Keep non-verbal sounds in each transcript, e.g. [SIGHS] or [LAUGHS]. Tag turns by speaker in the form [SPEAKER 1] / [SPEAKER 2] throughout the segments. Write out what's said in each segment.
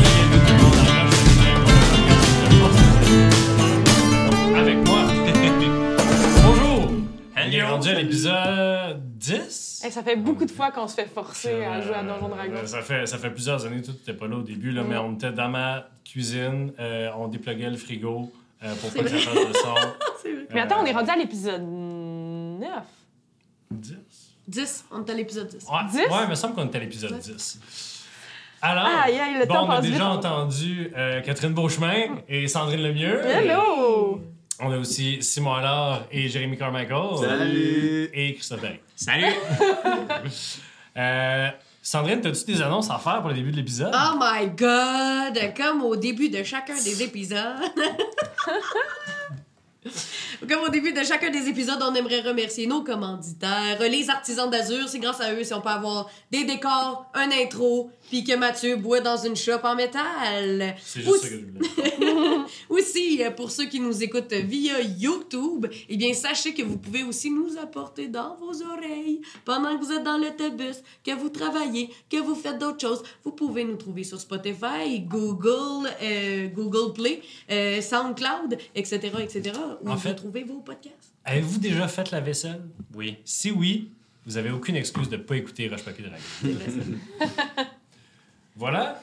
[SPEAKER 1] [LAUGHS] rendu à l'épisode 10?
[SPEAKER 2] Eh, ça fait beaucoup de fois qu'on se fait forcer à jouer à Donjon Dragon.
[SPEAKER 1] Euh, ça, fait, ça fait plusieurs années, tout n'était pas là au début, là,
[SPEAKER 2] Mm.
[SPEAKER 1] mais on était dans ma cuisine, euh, on dépluguait le frigo euh, pour
[SPEAKER 3] C'est
[SPEAKER 1] pas que ça fasse de Euh, son.
[SPEAKER 2] [LAUGHS]
[SPEAKER 3] C'est vrai.
[SPEAKER 2] Mais attends, on est rendu à l'épisode 9.
[SPEAKER 1] 10?
[SPEAKER 3] 10, on est à l'épisode 10.
[SPEAKER 1] Ouais,
[SPEAKER 2] 10?
[SPEAKER 1] ouais, il me semble qu'on était à l'épisode
[SPEAKER 3] Ouais.
[SPEAKER 1] 10. Alors,
[SPEAKER 2] Aïe, aïe, le
[SPEAKER 1] bon,
[SPEAKER 2] temps
[SPEAKER 1] on a
[SPEAKER 2] passe
[SPEAKER 1] déjà
[SPEAKER 2] vite.
[SPEAKER 1] entendu euh, Catherine Beauchemin et Sandrine Lemieux.
[SPEAKER 2] Eh, Hello!
[SPEAKER 1] On a aussi Simon Allard et Jérémy Carmichael.
[SPEAKER 4] Salut!
[SPEAKER 1] Et Christophe Derry.
[SPEAKER 4] Salut!
[SPEAKER 1] [LAUGHS] Euh, Sandrine, as-tu des annonces à faire pour le début de l'épisode?
[SPEAKER 3] Oh my god! Comme au début de chacun des épisodes. Comme au début de chacun des épisodes, on aimerait remercier nos commanditaires, les artisans d'Azur. C'est grâce à eux si on peut avoir des décors, un intro, puis que Mathieu boit dans une shop en métal.
[SPEAKER 1] C'est juste ça
[SPEAKER 3] Aussi-
[SPEAKER 1] que je voulais dire.
[SPEAKER 3] Aussi, euh, pour ceux qui nous écoutent via YouTube, eh bien, sachez que vous pouvez aussi nous apporter dans vos oreilles pendant que vous êtes dans l'autobus, que vous travaillez, que vous faites d'autres choses. Vous pouvez nous trouver sur Spotify, Google, euh, Google Play, euh, SoundCloud, etc., etc., où
[SPEAKER 1] En
[SPEAKER 3] vous
[SPEAKER 1] fait-
[SPEAKER 3] trouvez vos podcasts.
[SPEAKER 1] Avez-vous déjà fait la vaisselle?
[SPEAKER 4] Oui.
[SPEAKER 1] Si oui, vous avez aucune excuse de ne pas écouter Roche Papier Dragon.
[SPEAKER 3] C'est vrai, ça.
[SPEAKER 1] Voilà.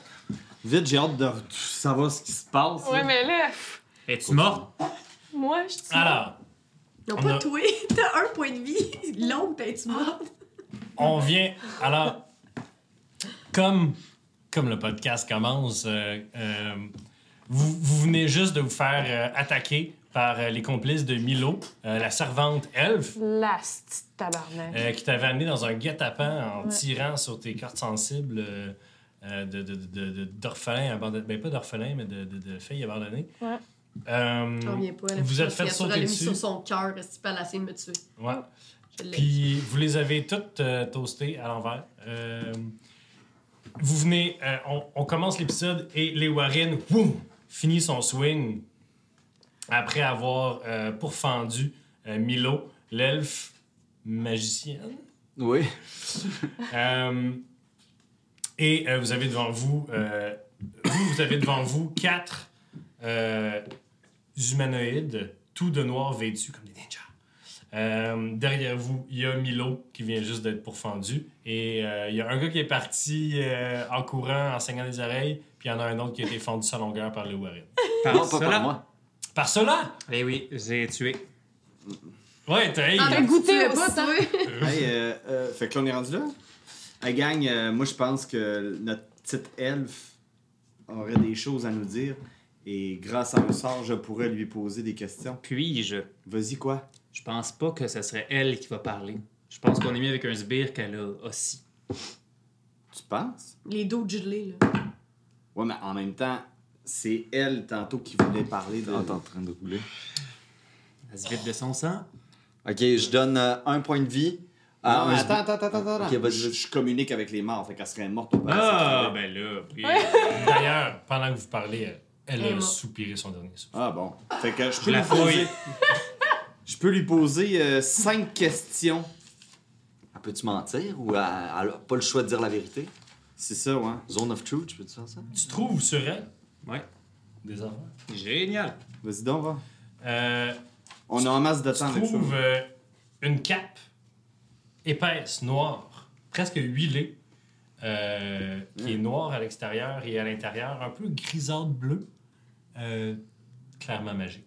[SPEAKER 4] Vite, j'ai hâte de savoir ce qui se passe.
[SPEAKER 2] Ouais, mais là,
[SPEAKER 4] Es-tu morte?
[SPEAKER 2] moi, je suis.
[SPEAKER 1] Alors,
[SPEAKER 3] Non,
[SPEAKER 1] On
[SPEAKER 3] pas
[SPEAKER 1] a-
[SPEAKER 3] toi. [LAUGHS] T'as un point de vie. [LAUGHS] L'autre, t'es-tu mort?
[SPEAKER 1] on vient. Alors, comme, comme le podcast commence, euh, euh, vous, vous venez juste de vous faire euh, attaquer par euh, les complices de Milo, euh, la servante elfe.
[SPEAKER 2] Last tabarnak.
[SPEAKER 1] euh, qui t'avait amené dans un guet-apens en
[SPEAKER 2] Ouais.
[SPEAKER 1] tirant sur tes cordes sensibles euh, euh, de- de- de- de- d'orphelins abandonnés. Ben, pas d'orphelins, mais de, de- de filles abandonnées.
[SPEAKER 2] Ouais.
[SPEAKER 1] Euh,
[SPEAKER 3] On vient pas. la
[SPEAKER 1] vous êtes fait
[SPEAKER 3] créature,
[SPEAKER 1] sauter
[SPEAKER 3] elle a mis
[SPEAKER 1] dessus.
[SPEAKER 3] sur son cœur. Est-ce qu'il la de me tuer?
[SPEAKER 1] ouais.
[SPEAKER 3] Je l'ai.
[SPEAKER 1] Puis vous les avez toutes euh, toastées à l'envers. Euh, vous venez, euh, on, on commence l'épisode et les Warren woum, finit son swing après avoir euh, pourfendu euh, Milo, l'elfe magicienne.
[SPEAKER 4] Oui.
[SPEAKER 1] Euh, et euh, vous avez devant vous, euh, vous, vous avez devant vous quatre euh, humanoïdes, tout de noir vêtus comme des ninjas. Euh, derrière vous, il y a Milo qui vient juste d'être pourfendu. Et euh, il y a un gars qui est parti euh, en courant, en saignant les oreilles. Puis il y en a un autre qui a été fendu sa longueur par le Warren.
[SPEAKER 4] [LAUGHS]
[SPEAKER 5] Ah,
[SPEAKER 4] non, pas par moi.
[SPEAKER 1] Par cela!
[SPEAKER 5] Eh oui, j'ai tué.
[SPEAKER 1] Ouais, t'as. hey,
[SPEAKER 3] Ah,
[SPEAKER 2] T'as
[SPEAKER 3] mais
[SPEAKER 2] goûté
[SPEAKER 3] tu es
[SPEAKER 2] au
[SPEAKER 3] pas,
[SPEAKER 2] sang.
[SPEAKER 3] toi?
[SPEAKER 4] Hey, euh, euh, fait que là, on est rendu là. Hey, gang, euh, moi, je pense que notre petite elfe aurait des choses à nous dire. Et grâce à un sort, je pourrais lui poser des questions.
[SPEAKER 5] Puis-je?
[SPEAKER 4] Vas-y, quoi?
[SPEAKER 5] Je pense pas que ce serait elle qui va parler. Je pense qu'on est mieux avec un sbire qu'elle a aussi.
[SPEAKER 4] Tu penses?
[SPEAKER 3] Les dos gelés, là.
[SPEAKER 4] Ouais, mais en même temps, c'est elle tantôt qui voulait parler de.
[SPEAKER 6] Ah, t'es en train de rouler.
[SPEAKER 5] Elle se vide de son sang.
[SPEAKER 6] Ok, je donne euh, un point de vie à
[SPEAKER 4] Ah,
[SPEAKER 6] un sbi-
[SPEAKER 4] mais attends, attends, attends, attends.
[SPEAKER 6] Ok, vas-y,
[SPEAKER 4] je,
[SPEAKER 6] vas-y.
[SPEAKER 4] je communique avec les morts, fait qu'elle serait morte ou pas.
[SPEAKER 5] Ah, ben là, oui.
[SPEAKER 1] D'ailleurs, pendant que vous parlez, elle
[SPEAKER 3] Elle est
[SPEAKER 1] a
[SPEAKER 3] morte.
[SPEAKER 1] soupiré son dernier souffle.
[SPEAKER 4] Ah bon. Fait que je peux
[SPEAKER 5] Je la
[SPEAKER 4] lui poser-
[SPEAKER 5] fouille.
[SPEAKER 4] [LAUGHS] Je peux lui poser euh, cinq questions.
[SPEAKER 6] Elle Peux-tu mentir ou elle, elle a pas le choix de dire la vérité?
[SPEAKER 4] C'est ça, ouais.
[SPEAKER 6] Zone of truth, peux-tu faire ça?
[SPEAKER 1] Tu trouves sur elle
[SPEAKER 5] Ouais.
[SPEAKER 1] des enfants?
[SPEAKER 5] Génial.
[SPEAKER 4] Vas-y donc, va.
[SPEAKER 1] Euh,
[SPEAKER 4] On a en masse de temps
[SPEAKER 1] Tu
[SPEAKER 4] avec ça.
[SPEAKER 1] trouves euh, une cape épaisse, noire, presque huilée, euh, qui est noire à l'extérieur et à l'intérieur, un peu grisâtre bleu, euh, clairement magique.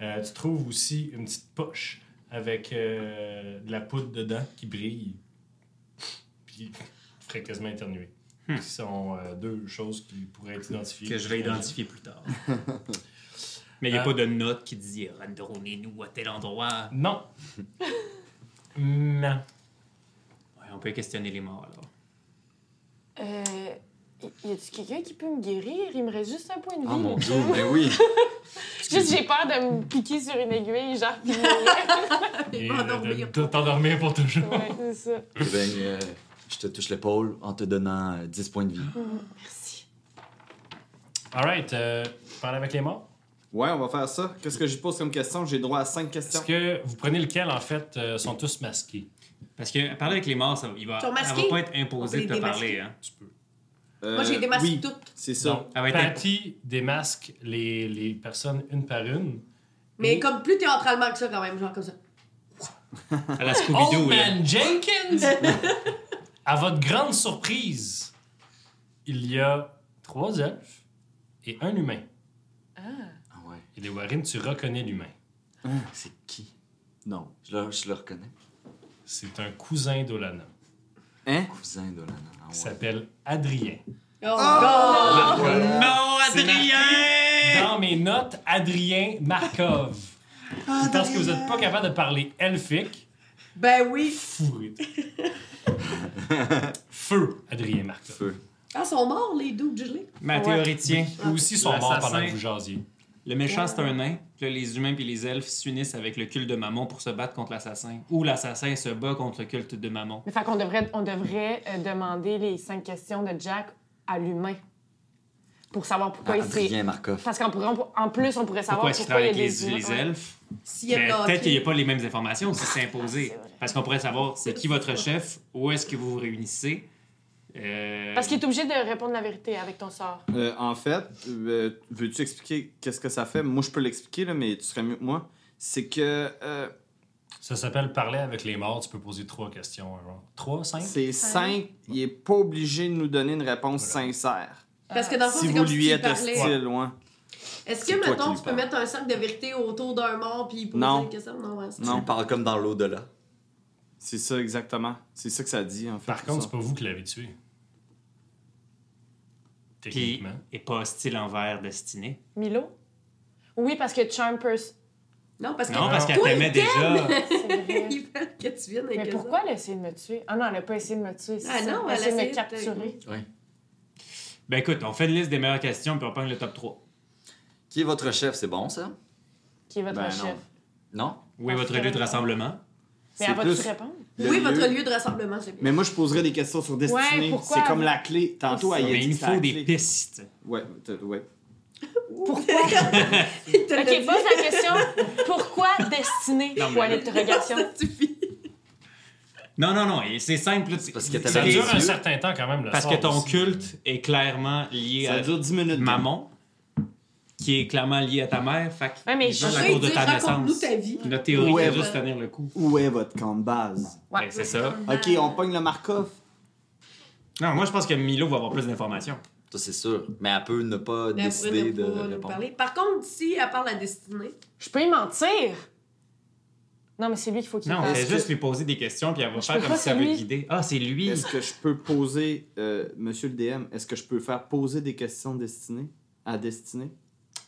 [SPEAKER 1] Euh, tu trouves aussi une petite poche avec euh, de la poudre dedans qui brille, puis ferait quasiment éternuer.
[SPEAKER 5] Hmm.
[SPEAKER 1] Ce sont euh, deux choses qui pourraient être identifiées.
[SPEAKER 5] Que je vais identifier plus tard. [LAUGHS] Mais il n'y a
[SPEAKER 1] Euh.
[SPEAKER 5] pas de note qui dit « Rendronnez-nous à tel endroit
[SPEAKER 1] Non. non. ».
[SPEAKER 5] Ouais, on peut questionner les morts, alors.
[SPEAKER 2] Euh, y y a-tu quelqu'un qui peut me guérir? Il me reste juste un point de vie.
[SPEAKER 6] Oh mon
[SPEAKER 2] là.
[SPEAKER 6] dieu, ben oui!
[SPEAKER 2] Juste, j'ai peur de me piquer sur une aiguille, genre, puis de mourir.
[SPEAKER 3] Fais [LAUGHS]
[SPEAKER 1] Et
[SPEAKER 3] pas
[SPEAKER 1] de-
[SPEAKER 3] dormir.
[SPEAKER 1] de- de t'endormir pour toujours. [LAUGHS]
[SPEAKER 2] Ouais, c'est ça.
[SPEAKER 6] Eh ben, euh, je te touche l'épaule en te donnant euh, 10 points de vie.
[SPEAKER 2] Merci.
[SPEAKER 1] Alright, euh, parlez avec les morts.
[SPEAKER 4] Ouais, on va faire ça. Qu'est-ce que j'y pose comme question? J'ai droit à cinq questions.
[SPEAKER 1] Est-ce que vous prenez lequel, en fait, euh, sont tous masqués?
[SPEAKER 5] Parce que parler avec les morts, ça, il va,
[SPEAKER 3] Ils sont
[SPEAKER 5] elle va
[SPEAKER 3] masqués.
[SPEAKER 5] pas être
[SPEAKER 3] On
[SPEAKER 5] imposée
[SPEAKER 3] peut
[SPEAKER 5] de te
[SPEAKER 3] les
[SPEAKER 5] parler.
[SPEAKER 3] démasquer.
[SPEAKER 5] Hein.
[SPEAKER 1] Tu peux.
[SPEAKER 4] Euh,
[SPEAKER 3] Moi, j'ai des masques
[SPEAKER 4] oui,
[SPEAKER 3] toutes.
[SPEAKER 4] C'est ça.
[SPEAKER 1] Donc,
[SPEAKER 5] Ah, ouais, t'es-
[SPEAKER 1] Patty démasque les, les personnes une par une.
[SPEAKER 3] Mais
[SPEAKER 1] Et-
[SPEAKER 3] comme plus théâtralement que ça, quand même, genre comme ça.
[SPEAKER 5] hein. À la
[SPEAKER 1] Old
[SPEAKER 3] Oh,
[SPEAKER 5] Scooby-Doo, là.
[SPEAKER 1] Man Jenkins! [LAUGHS] à votre grande surprise, il y a trois elfes et un humain.
[SPEAKER 6] Ah ouais.
[SPEAKER 1] Et les Warren, tu reconnais l'humain.
[SPEAKER 6] C'est qui? Non, je le, je le reconnais.
[SPEAKER 1] C'est un cousin d'Olana.
[SPEAKER 4] Hein?
[SPEAKER 6] Cousin de Lana. Ah ouais.
[SPEAKER 1] Il s'appelle Adrien.
[SPEAKER 3] Oh, God!
[SPEAKER 5] Non, Adrien!
[SPEAKER 1] Dans mes notes, Adrien Markov.
[SPEAKER 3] Ah,
[SPEAKER 1] Parce que vous n'êtes pas capable de parler elfique.
[SPEAKER 3] Ben oui.
[SPEAKER 1] Fourré. Feu, Adrien Markov.
[SPEAKER 6] Feu.
[SPEAKER 3] Ah, ils sont morts, les doubles gelés.
[SPEAKER 5] Ma
[SPEAKER 2] Ouais.
[SPEAKER 5] théorie tient.
[SPEAKER 3] Ah,
[SPEAKER 1] Eux aussi sont morts pendant
[SPEAKER 5] L'assassin.
[SPEAKER 1] que vous jasiez.
[SPEAKER 5] Le méchant, c'est un nain. Puis là, les humains puis les elfes s'unissent avec le culte de Mammon pour se battre contre l'assassin. Ou l'assassin se bat contre le culte de Mammon.
[SPEAKER 2] Mais fait qu'on devrait, on devrait euh, demander les cinq questions de Jack à l'humain pour savoir pourquoi
[SPEAKER 6] Ah,
[SPEAKER 2] il s'est.
[SPEAKER 6] Adrien Markov.
[SPEAKER 2] Parce qu'en pourrait- on- en plus, on pourrait savoir pourquoi,
[SPEAKER 5] Pourquoi est-ce qu'il travaille
[SPEAKER 2] il y a
[SPEAKER 5] avec
[SPEAKER 2] des
[SPEAKER 5] les, les
[SPEAKER 2] humains.
[SPEAKER 5] elfes?
[SPEAKER 3] S'il y a
[SPEAKER 5] Ben,
[SPEAKER 3] de
[SPEAKER 5] Peut-être qu'il n'y a
[SPEAKER 3] hockey.
[SPEAKER 5] pas les mêmes informations, si c'est imposé.
[SPEAKER 2] Ah, c'est vrai.
[SPEAKER 5] Parce qu'on pourrait savoir c'est qui votre chef, où est-ce que vous vous réunissez. Euh,
[SPEAKER 2] Parce qu'il est obligé de répondre la vérité avec ton sort.
[SPEAKER 4] Euh, en fait, euh, veux-tu expliquer qu'est-ce que ça fait? Moi, je peux l'expliquer, là, mais tu serais mieux que moi. C'est que euh,
[SPEAKER 1] Ça s'appelle parler avec les morts. Tu peux poser trois questions. hein. Trois, cinq?
[SPEAKER 4] c'est 5, il est pas obligé de nous donner une réponse
[SPEAKER 1] Voilà.
[SPEAKER 4] sincère.
[SPEAKER 3] Parce que dans le fond,
[SPEAKER 4] Si
[SPEAKER 3] c'est
[SPEAKER 4] vous
[SPEAKER 3] comme si
[SPEAKER 4] lui
[SPEAKER 3] tu
[SPEAKER 4] êtes
[SPEAKER 3] parlais.
[SPEAKER 4] hostile, loin.
[SPEAKER 3] Est-ce
[SPEAKER 4] C'est
[SPEAKER 3] que,
[SPEAKER 4] toi qui
[SPEAKER 3] mettons,
[SPEAKER 4] lui
[SPEAKER 3] tu peux
[SPEAKER 4] parles.
[SPEAKER 3] mettre un sac de vérité autour d'un mort puis poser
[SPEAKER 4] Non.
[SPEAKER 3] une question? Non, ouais, c'est
[SPEAKER 4] Non.
[SPEAKER 6] On parle comme dans l'au-delà.
[SPEAKER 4] C'est ça, exactement. C'est ça que ça dit, en fait.
[SPEAKER 1] Par
[SPEAKER 4] tout
[SPEAKER 1] contre,
[SPEAKER 4] ça.
[SPEAKER 1] c'est pas vous qui l'avez tué.
[SPEAKER 5] Puis,
[SPEAKER 1] Techniquement.
[SPEAKER 5] est pas hostile envers Destiné.
[SPEAKER 2] Milo? Oui, parce que [LAUGHS] Charmpers.
[SPEAKER 3] Non, parce que
[SPEAKER 5] Non, parce
[SPEAKER 1] non.
[SPEAKER 5] qu'elle
[SPEAKER 3] Toi,
[SPEAKER 5] t'aimait
[SPEAKER 3] il
[SPEAKER 5] déjà.
[SPEAKER 2] C'est
[SPEAKER 3] [LAUGHS]
[SPEAKER 2] vrai.
[SPEAKER 3] ils veulent que tu viennes avec
[SPEAKER 2] Mais
[SPEAKER 3] eux
[SPEAKER 2] pourquoi elle a essayé de me tuer? Ah non, elle a pas essayé de me tuer. c'est
[SPEAKER 3] Ah
[SPEAKER 2] ça.
[SPEAKER 3] non,
[SPEAKER 2] elle a essayé de me
[SPEAKER 3] essayé de-
[SPEAKER 2] capturer.
[SPEAKER 5] Ben écoute, on fait une liste des meilleures questions puis on prend le top 3.
[SPEAKER 6] Qui est votre chef? C'est bon, ça?
[SPEAKER 2] Qui est votre
[SPEAKER 4] Ben non.
[SPEAKER 2] chef?
[SPEAKER 6] Non?
[SPEAKER 5] Où est
[SPEAKER 2] Ah,
[SPEAKER 5] votre
[SPEAKER 2] c'est
[SPEAKER 5] lieu de
[SPEAKER 2] vrai.
[SPEAKER 5] rassemblement?
[SPEAKER 2] Mais
[SPEAKER 4] C'est
[SPEAKER 2] elle va-tu
[SPEAKER 4] plus
[SPEAKER 2] répondre?
[SPEAKER 4] le
[SPEAKER 3] Oui,
[SPEAKER 4] lieu.
[SPEAKER 3] votre lieu de rassemblement, c'est bien.
[SPEAKER 4] Mais moi, je poserais des questions sur Destiny.
[SPEAKER 2] pourquoi-
[SPEAKER 4] c'est comme la clé. Tantôt, elle y a
[SPEAKER 5] Mais il
[SPEAKER 4] dit que
[SPEAKER 5] nous
[SPEAKER 4] c'était
[SPEAKER 5] faut
[SPEAKER 4] la
[SPEAKER 5] des
[SPEAKER 4] clé.
[SPEAKER 5] pistes.
[SPEAKER 4] Ouais, t'as- ouais.
[SPEAKER 2] Pourquoi?
[SPEAKER 3] [LAUGHS] Il te l'a
[SPEAKER 2] ok, [LAUGHS] pose
[SPEAKER 3] dit.
[SPEAKER 2] la question. Pourquoi destinée
[SPEAKER 5] Non, mais-
[SPEAKER 2] pour l'interrogation?
[SPEAKER 3] [LAUGHS] Ça suffit.
[SPEAKER 5] Non, non, non, et c'est simple. là, tu-
[SPEAKER 6] Parce que t'avais
[SPEAKER 1] Ça
[SPEAKER 5] les
[SPEAKER 1] dure un
[SPEAKER 5] yeux,
[SPEAKER 1] certain temps quand même. le
[SPEAKER 5] Parce
[SPEAKER 1] sort
[SPEAKER 5] que ton
[SPEAKER 1] aussi.
[SPEAKER 5] culte est clairement lié
[SPEAKER 4] Ça
[SPEAKER 5] à
[SPEAKER 4] dure 10 minutes.
[SPEAKER 5] Mammon, qui est clairement lié à ta mère. Fait que
[SPEAKER 2] Ouais, mais
[SPEAKER 5] ils
[SPEAKER 2] je-
[SPEAKER 5] veulent la
[SPEAKER 2] Je
[SPEAKER 3] Après,
[SPEAKER 5] cause
[SPEAKER 3] il
[SPEAKER 5] de
[SPEAKER 3] dit,
[SPEAKER 5] ta
[SPEAKER 3] raconte-nous
[SPEAKER 5] naissance.
[SPEAKER 3] ta vie.
[SPEAKER 5] Notre théorie,
[SPEAKER 4] Ouais,
[SPEAKER 5] c'est
[SPEAKER 4] ouais.
[SPEAKER 5] juste tenir le coup.
[SPEAKER 4] Où est votre camp de base?
[SPEAKER 2] Ouais.
[SPEAKER 5] Ben, c'est ça.
[SPEAKER 3] Euh.
[SPEAKER 4] OK, on pogne le Markov.
[SPEAKER 5] Non, moi, je pense que Milo va avoir plus d'informations.
[SPEAKER 6] Ça, c'est sûr. Mais elle peut ne pas
[SPEAKER 3] Mais après,
[SPEAKER 6] décider de
[SPEAKER 3] on va nous
[SPEAKER 6] répondre.
[SPEAKER 3] parler. Par contre, si elle parle à destinée,
[SPEAKER 2] Je peux y mentir? Non, mais c'est lui qu'il faut qu'il
[SPEAKER 5] Non, on
[SPEAKER 2] parle.
[SPEAKER 5] fait
[SPEAKER 4] Est-ce
[SPEAKER 5] juste
[SPEAKER 4] que-
[SPEAKER 5] lui poser des questions, puis elle va
[SPEAKER 2] Je
[SPEAKER 5] faire
[SPEAKER 2] peux
[SPEAKER 5] comme
[SPEAKER 2] pas,
[SPEAKER 5] si elle
[SPEAKER 2] c'est
[SPEAKER 5] veut
[SPEAKER 2] lui.
[SPEAKER 5] guider. Ah, c'est lui.
[SPEAKER 4] Est-ce que je peux poser, euh, monsieur le DM, est-ce que je peux faire poser des questions destinées à destinée?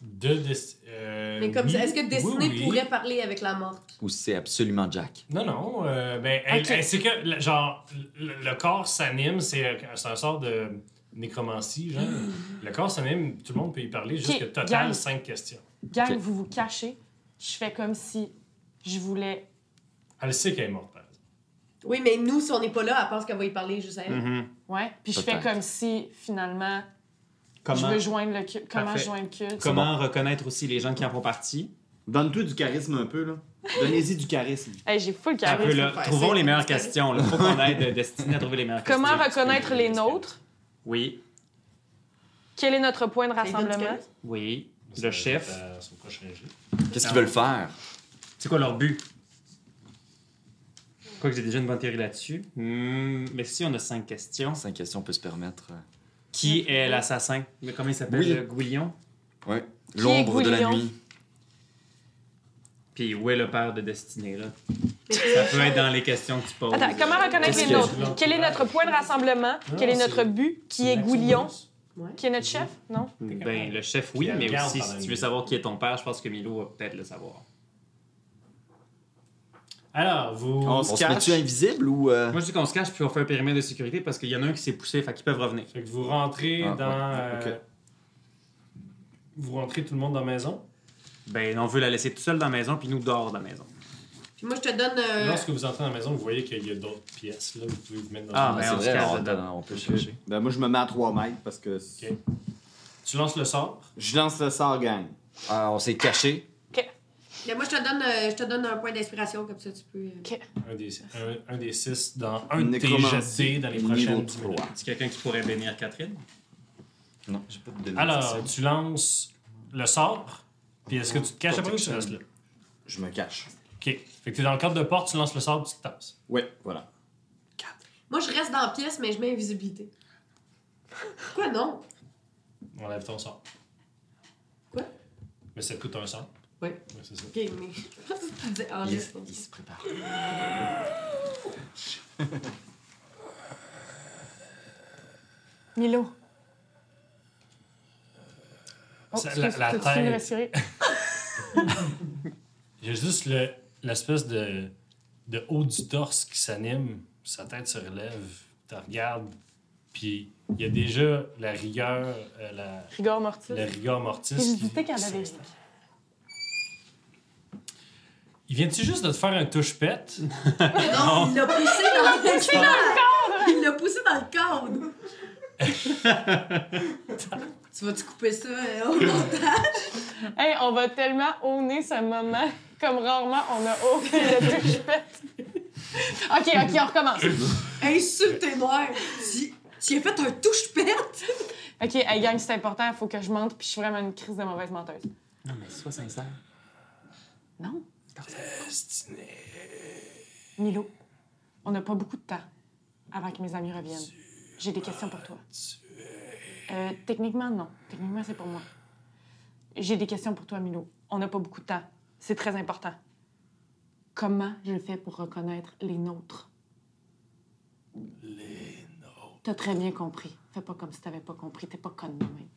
[SPEAKER 1] De Desti- euh,
[SPEAKER 3] mais comme
[SPEAKER 1] oui,
[SPEAKER 3] ça, est-ce que destinée
[SPEAKER 1] oui, oui.
[SPEAKER 3] pourrait parler avec la morte?
[SPEAKER 6] Ou c'est absolument Jack?
[SPEAKER 1] Non, non. euh, ben, elle-
[SPEAKER 2] Ok.
[SPEAKER 1] elle- c'est que, le- genre, le, le corps s'anime. C'est euh, c'est un sort de nécromancie,
[SPEAKER 2] [GASPS]
[SPEAKER 1] genre. le corps s'anime, tout le monde peut y parler. Juste
[SPEAKER 2] Ok,
[SPEAKER 1] que total,
[SPEAKER 2] Yann.
[SPEAKER 1] cinq questions.
[SPEAKER 2] Gang,
[SPEAKER 6] Ok.
[SPEAKER 2] vous vous cachez. Je fais comme si je voulais.
[SPEAKER 1] Elle sait qu'elle est morte, par exemple.
[SPEAKER 3] Oui, mais nous, si on n'est pas là, elle pense qu'elle va y parler juste à
[SPEAKER 1] Hmm.
[SPEAKER 3] elle.
[SPEAKER 5] Mhm.
[SPEAKER 2] Ouais. Puis je fais
[SPEAKER 6] Peut-être.
[SPEAKER 2] comme si, finalement, je
[SPEAKER 5] Comment,
[SPEAKER 2] veux joindre le culte. Comment
[SPEAKER 5] Parfait.
[SPEAKER 2] je joins le culte?
[SPEAKER 5] comment reconnaître aussi les gens qui en font partie?
[SPEAKER 4] Donne-toi du charisme un peu, là. Donnez-y du charisme.
[SPEAKER 2] Hey, j'ai full
[SPEAKER 5] Un peu,
[SPEAKER 2] carré.
[SPEAKER 5] là,
[SPEAKER 3] faut faire
[SPEAKER 5] trouvons
[SPEAKER 3] ça.
[SPEAKER 5] les meilleures questions. Il faut qu'on aide Destiné à trouver les meilleures
[SPEAKER 2] Comment
[SPEAKER 5] questions.
[SPEAKER 2] reconnaître les nôtres?
[SPEAKER 5] Oui,
[SPEAKER 2] Quel est notre point de
[SPEAKER 3] Ça lui donne du
[SPEAKER 2] rassemblement?
[SPEAKER 3] charisme.
[SPEAKER 5] oui.
[SPEAKER 1] Ça va
[SPEAKER 5] Le
[SPEAKER 1] être
[SPEAKER 5] chef.
[SPEAKER 1] à euh, son prochain jeu.
[SPEAKER 6] Qu'est-ce
[SPEAKER 5] Ah.
[SPEAKER 6] qu'ils veulent faire?
[SPEAKER 5] C'est quoi leur but? Quoi que j'ai déjà une bonne théorie là-dessus. Hmm, mais si on a cinq questions.
[SPEAKER 6] Cinq questions, on peut se permettre. euh,
[SPEAKER 5] Qui est l'assassin? Mais Comment il s'appelle?
[SPEAKER 6] Oui.
[SPEAKER 5] euh, Gouillon?
[SPEAKER 6] Ouais.
[SPEAKER 2] est
[SPEAKER 6] L'ombre de la
[SPEAKER 2] Gouillon?
[SPEAKER 6] nuit.
[SPEAKER 5] Puis où est le père de Destinée, là?
[SPEAKER 3] Mais
[SPEAKER 5] Ça peut être dans les questions que tu poses.
[SPEAKER 2] Attends, comment reconnaître
[SPEAKER 6] Qu'est-ce
[SPEAKER 2] les
[SPEAKER 6] que-
[SPEAKER 2] nôtres? Quel est notre point de rassemblement?
[SPEAKER 1] Non,
[SPEAKER 2] Quel est
[SPEAKER 1] c'est-
[SPEAKER 2] notre but? Qui est
[SPEAKER 1] Maxime
[SPEAKER 2] Gouillon?
[SPEAKER 1] Bruce.
[SPEAKER 3] Ouais.
[SPEAKER 2] Qui est notre chef? Non?
[SPEAKER 5] Ben, le chef, oui,
[SPEAKER 1] Puis elle
[SPEAKER 5] mais
[SPEAKER 1] regarde
[SPEAKER 5] aussi,
[SPEAKER 1] pendant
[SPEAKER 5] si
[SPEAKER 1] une
[SPEAKER 5] tu veux
[SPEAKER 1] minute.
[SPEAKER 5] savoir qui est ton père, je pense que Milo va peut-être le savoir.
[SPEAKER 1] Alors, vous.
[SPEAKER 4] On se
[SPEAKER 6] On se
[SPEAKER 4] cache.
[SPEAKER 6] met-tu invisible ou. euh,
[SPEAKER 5] Moi, je dis qu'on se cache, puis on fait un périmètre de sécurité parce qu'il y en a un qui s'est poussé, fait qu'ils peuvent revenir.
[SPEAKER 1] Fait que vous rentrez
[SPEAKER 6] Ah,
[SPEAKER 1] dans.
[SPEAKER 4] ouais.
[SPEAKER 1] euh,
[SPEAKER 4] Ok.
[SPEAKER 1] Vous rentrez tout le monde dans la maison.
[SPEAKER 5] Ben, on veut la laisser toute seule dans la maison, puis nous dehors dans la maison.
[SPEAKER 3] Puis moi, je te donne. euh,
[SPEAKER 1] Lorsque vous entrez dans la maison, vous voyez qu'il y a d'autres pièces. Là, vous pouvez vous mettre dans
[SPEAKER 5] Ah,
[SPEAKER 1] une-
[SPEAKER 5] ben,
[SPEAKER 6] c'est
[SPEAKER 5] on se
[SPEAKER 6] vrai,
[SPEAKER 5] cache
[SPEAKER 6] on,
[SPEAKER 5] dedans.
[SPEAKER 6] on peut chercher.
[SPEAKER 4] Ben, moi, je me mets à 3 mètres parce que
[SPEAKER 1] Tu lances le sort.
[SPEAKER 4] je lance le sort, gang.
[SPEAKER 6] Ah, on s'est caché.
[SPEAKER 3] mais moi, je te donne, euh, je te donne un point d'inspiration, comme ça, tu peux. euh,
[SPEAKER 1] Un des, un, un des six dans un de tes jets de
[SPEAKER 4] Nécromancie,
[SPEAKER 1] dés dans les
[SPEAKER 4] Niveau
[SPEAKER 1] prochaines 10
[SPEAKER 4] 3.
[SPEAKER 1] minutes.
[SPEAKER 5] C'est quelqu'un qui pourrait bénir Catherine?
[SPEAKER 6] Non, j'ai pas de
[SPEAKER 1] Alors,
[SPEAKER 6] bénédiction.
[SPEAKER 1] tu lances le sort, puis est-ce que tu te caches après ou tu restes là?
[SPEAKER 4] Je me cache.
[SPEAKER 1] Ok. Fait que t'es dans le cadre de porte, tu lances le sort, tu te tasses.
[SPEAKER 4] Ouais, voilà.
[SPEAKER 3] Moi, je reste dans la pièce, mais je mets invisibilité. Quoi, non?
[SPEAKER 1] On lève ton sort.
[SPEAKER 3] Quoi?
[SPEAKER 1] Mais ça te coûte un sort.
[SPEAKER 3] Oui.
[SPEAKER 1] Ouais, c'est ça.
[SPEAKER 3] Ok, mais ah, je pense que tu disais en
[SPEAKER 6] Il,
[SPEAKER 3] liste.
[SPEAKER 6] il se prépare.
[SPEAKER 2] Milo. Oh,
[SPEAKER 1] Ça,
[SPEAKER 2] excuse,
[SPEAKER 1] la- la
[SPEAKER 2] t'as-tu fini de
[SPEAKER 1] tête.
[SPEAKER 2] respirer?
[SPEAKER 1] Il y a juste le- l'espèce de, de haut du torse qui s'anime, sa tête se relève, tu regardes, puis il y a déjà la rigueur, euh, la,
[SPEAKER 2] Rigor mortis.
[SPEAKER 1] la rigueur mortis.
[SPEAKER 2] Et je
[SPEAKER 1] qui-
[SPEAKER 2] disais qu'elle
[SPEAKER 1] qui
[SPEAKER 2] avait
[SPEAKER 1] s'installe. Il vient-tu juste de te faire un touche-pète?
[SPEAKER 3] Non, il l'a poussé dans le [LAUGHS] corps! Il l'a poussé dans le corps!
[SPEAKER 1] [LAUGHS]
[SPEAKER 3] tu vas-tu couper ça euh, au montage?
[SPEAKER 2] Hey, on va tellement honner ce moment [LAUGHS] comme rarement on a honné le [LAUGHS] touche-pète. OK, OK, on recommence.
[SPEAKER 3] Insulte tes noirs! Tu, tu y as fait un touche-perte!
[SPEAKER 2] OK, hey gang, c'est important, il faut que je mente, puis je suis vraiment une crise de mauvaise menteuse.
[SPEAKER 5] Non, mais sois sincère.
[SPEAKER 2] Non. Milo, on n'a pas beaucoup de temps avant que mes amis reviennent. J'ai des questions pour toi. Euh, techniquement, non. Techniquement, c'est pour moi. J'ai des questions pour toi, Milo. On n'a pas beaucoup de temps. C'est très important. Comment je fais pour reconnaître les nôtres? Les nôtres. T'as très bien compris. Fais pas comme si t'avais pas compris. T'es pas conne, non, même.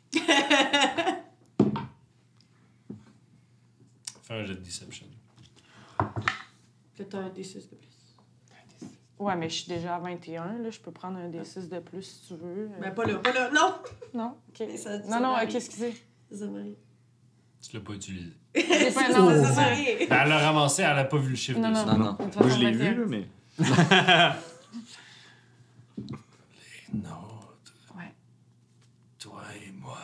[SPEAKER 1] Fais un jeu de deception.
[SPEAKER 3] Fais-toi un D6 de plus.
[SPEAKER 2] Ouais, mais je suis déjà à 21, là. Je peux prendre un des 6 de plus si tu veux. Euh,
[SPEAKER 3] Mais pas là, pas là, non!
[SPEAKER 2] Non, OK.
[SPEAKER 3] Ben, Mais ça- ça
[SPEAKER 2] Non, non,
[SPEAKER 3] varie.
[SPEAKER 2] qu'est-ce que
[SPEAKER 3] [LAUGHS]
[SPEAKER 2] c'est?
[SPEAKER 3] Ça m'arrive.
[SPEAKER 1] Tu l'as pas utilisé. Ben,
[SPEAKER 2] C'est pas-
[SPEAKER 5] Oh.
[SPEAKER 3] Ça,
[SPEAKER 2] non,
[SPEAKER 3] ça
[SPEAKER 2] c'est ça.
[SPEAKER 3] m'arrive.
[SPEAKER 1] Elle l'a ramassé, elle a pas vu le chiffre
[SPEAKER 2] Non,
[SPEAKER 1] de
[SPEAKER 2] non.
[SPEAKER 1] ça.
[SPEAKER 6] Non, non.
[SPEAKER 2] De toute
[SPEAKER 4] Moi, je
[SPEAKER 2] façon,
[SPEAKER 4] l'ai
[SPEAKER 2] 21.
[SPEAKER 4] vu, là, mais.
[SPEAKER 1] Non,
[SPEAKER 2] Ouais.
[SPEAKER 1] toi et moi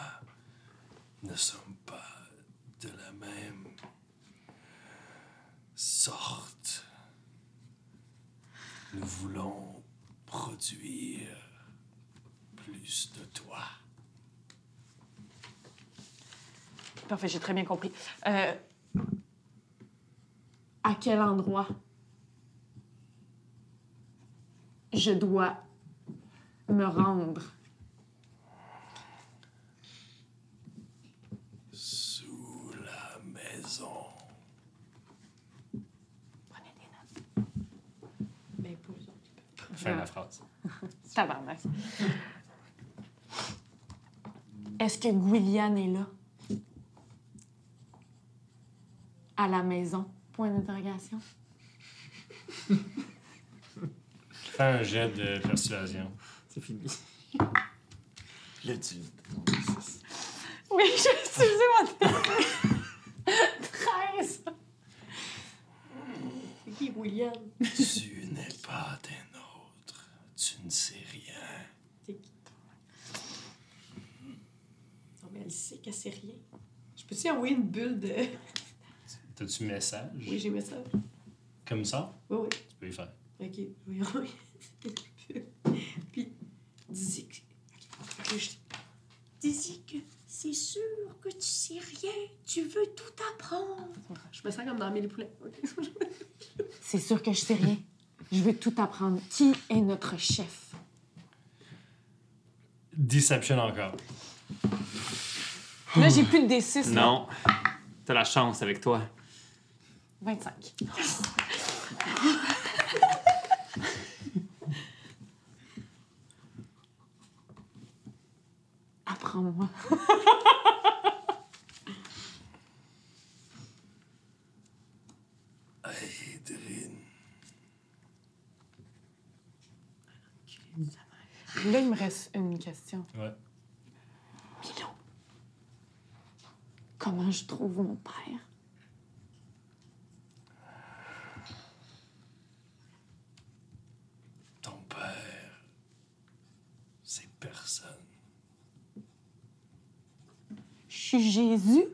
[SPEAKER 1] ne sommes pas de la même sorte. Nous voulons produire plus de toi.
[SPEAKER 2] Parfait, j'ai très bien compris. Euh, à quel endroit je dois me rendre?
[SPEAKER 1] Sous la maison.
[SPEAKER 2] Prenez des notes.
[SPEAKER 3] Ben, pas eux autres.
[SPEAKER 1] Fin de la phrase.
[SPEAKER 2] Tabarnak. Est-ce que Gwyliane est là? À la maison? Point d'interrogation.
[SPEAKER 1] Fais un jet de persuasion.
[SPEAKER 5] C'est fini.
[SPEAKER 6] Là, tu.
[SPEAKER 2] Oui, j'ai utilisé mon [LAUGHS] téléphone. 13!
[SPEAKER 3] C'est qui, William?
[SPEAKER 1] tu n'es pas des nôtres. Tu ne sais rien.
[SPEAKER 3] C'est qui? Non, mais elle sait qu'elle sait rien. Je peux-tu envoyer une bulle de.
[SPEAKER 1] T'as-tu message?
[SPEAKER 3] Oui, j'ai mis ça.
[SPEAKER 1] Comme ça?
[SPEAKER 3] Oui, oui.
[SPEAKER 1] Tu peux y faire.
[SPEAKER 3] Ok, oui, oui. Puis, dis que. ok, je- Dis-y que c'est sûr que tu sais rien, tu veux tout apprendre. Je me sens comme dans Mille Poulets. ok?
[SPEAKER 2] C'est sûr que je sais rien. Je veux tout apprendre. Qui est notre chef?
[SPEAKER 1] Deception encore.
[SPEAKER 2] Là, j'ai plus de D6. là.
[SPEAKER 5] Non. T'as la chance avec toi.
[SPEAKER 2] 25. Apprends-moi. Là, il me reste une question.
[SPEAKER 1] Ouais.
[SPEAKER 2] Milo, comment je trouve mon père?
[SPEAKER 1] Ton père, c'est personne.
[SPEAKER 2] Je suis Jésus? [LAUGHS]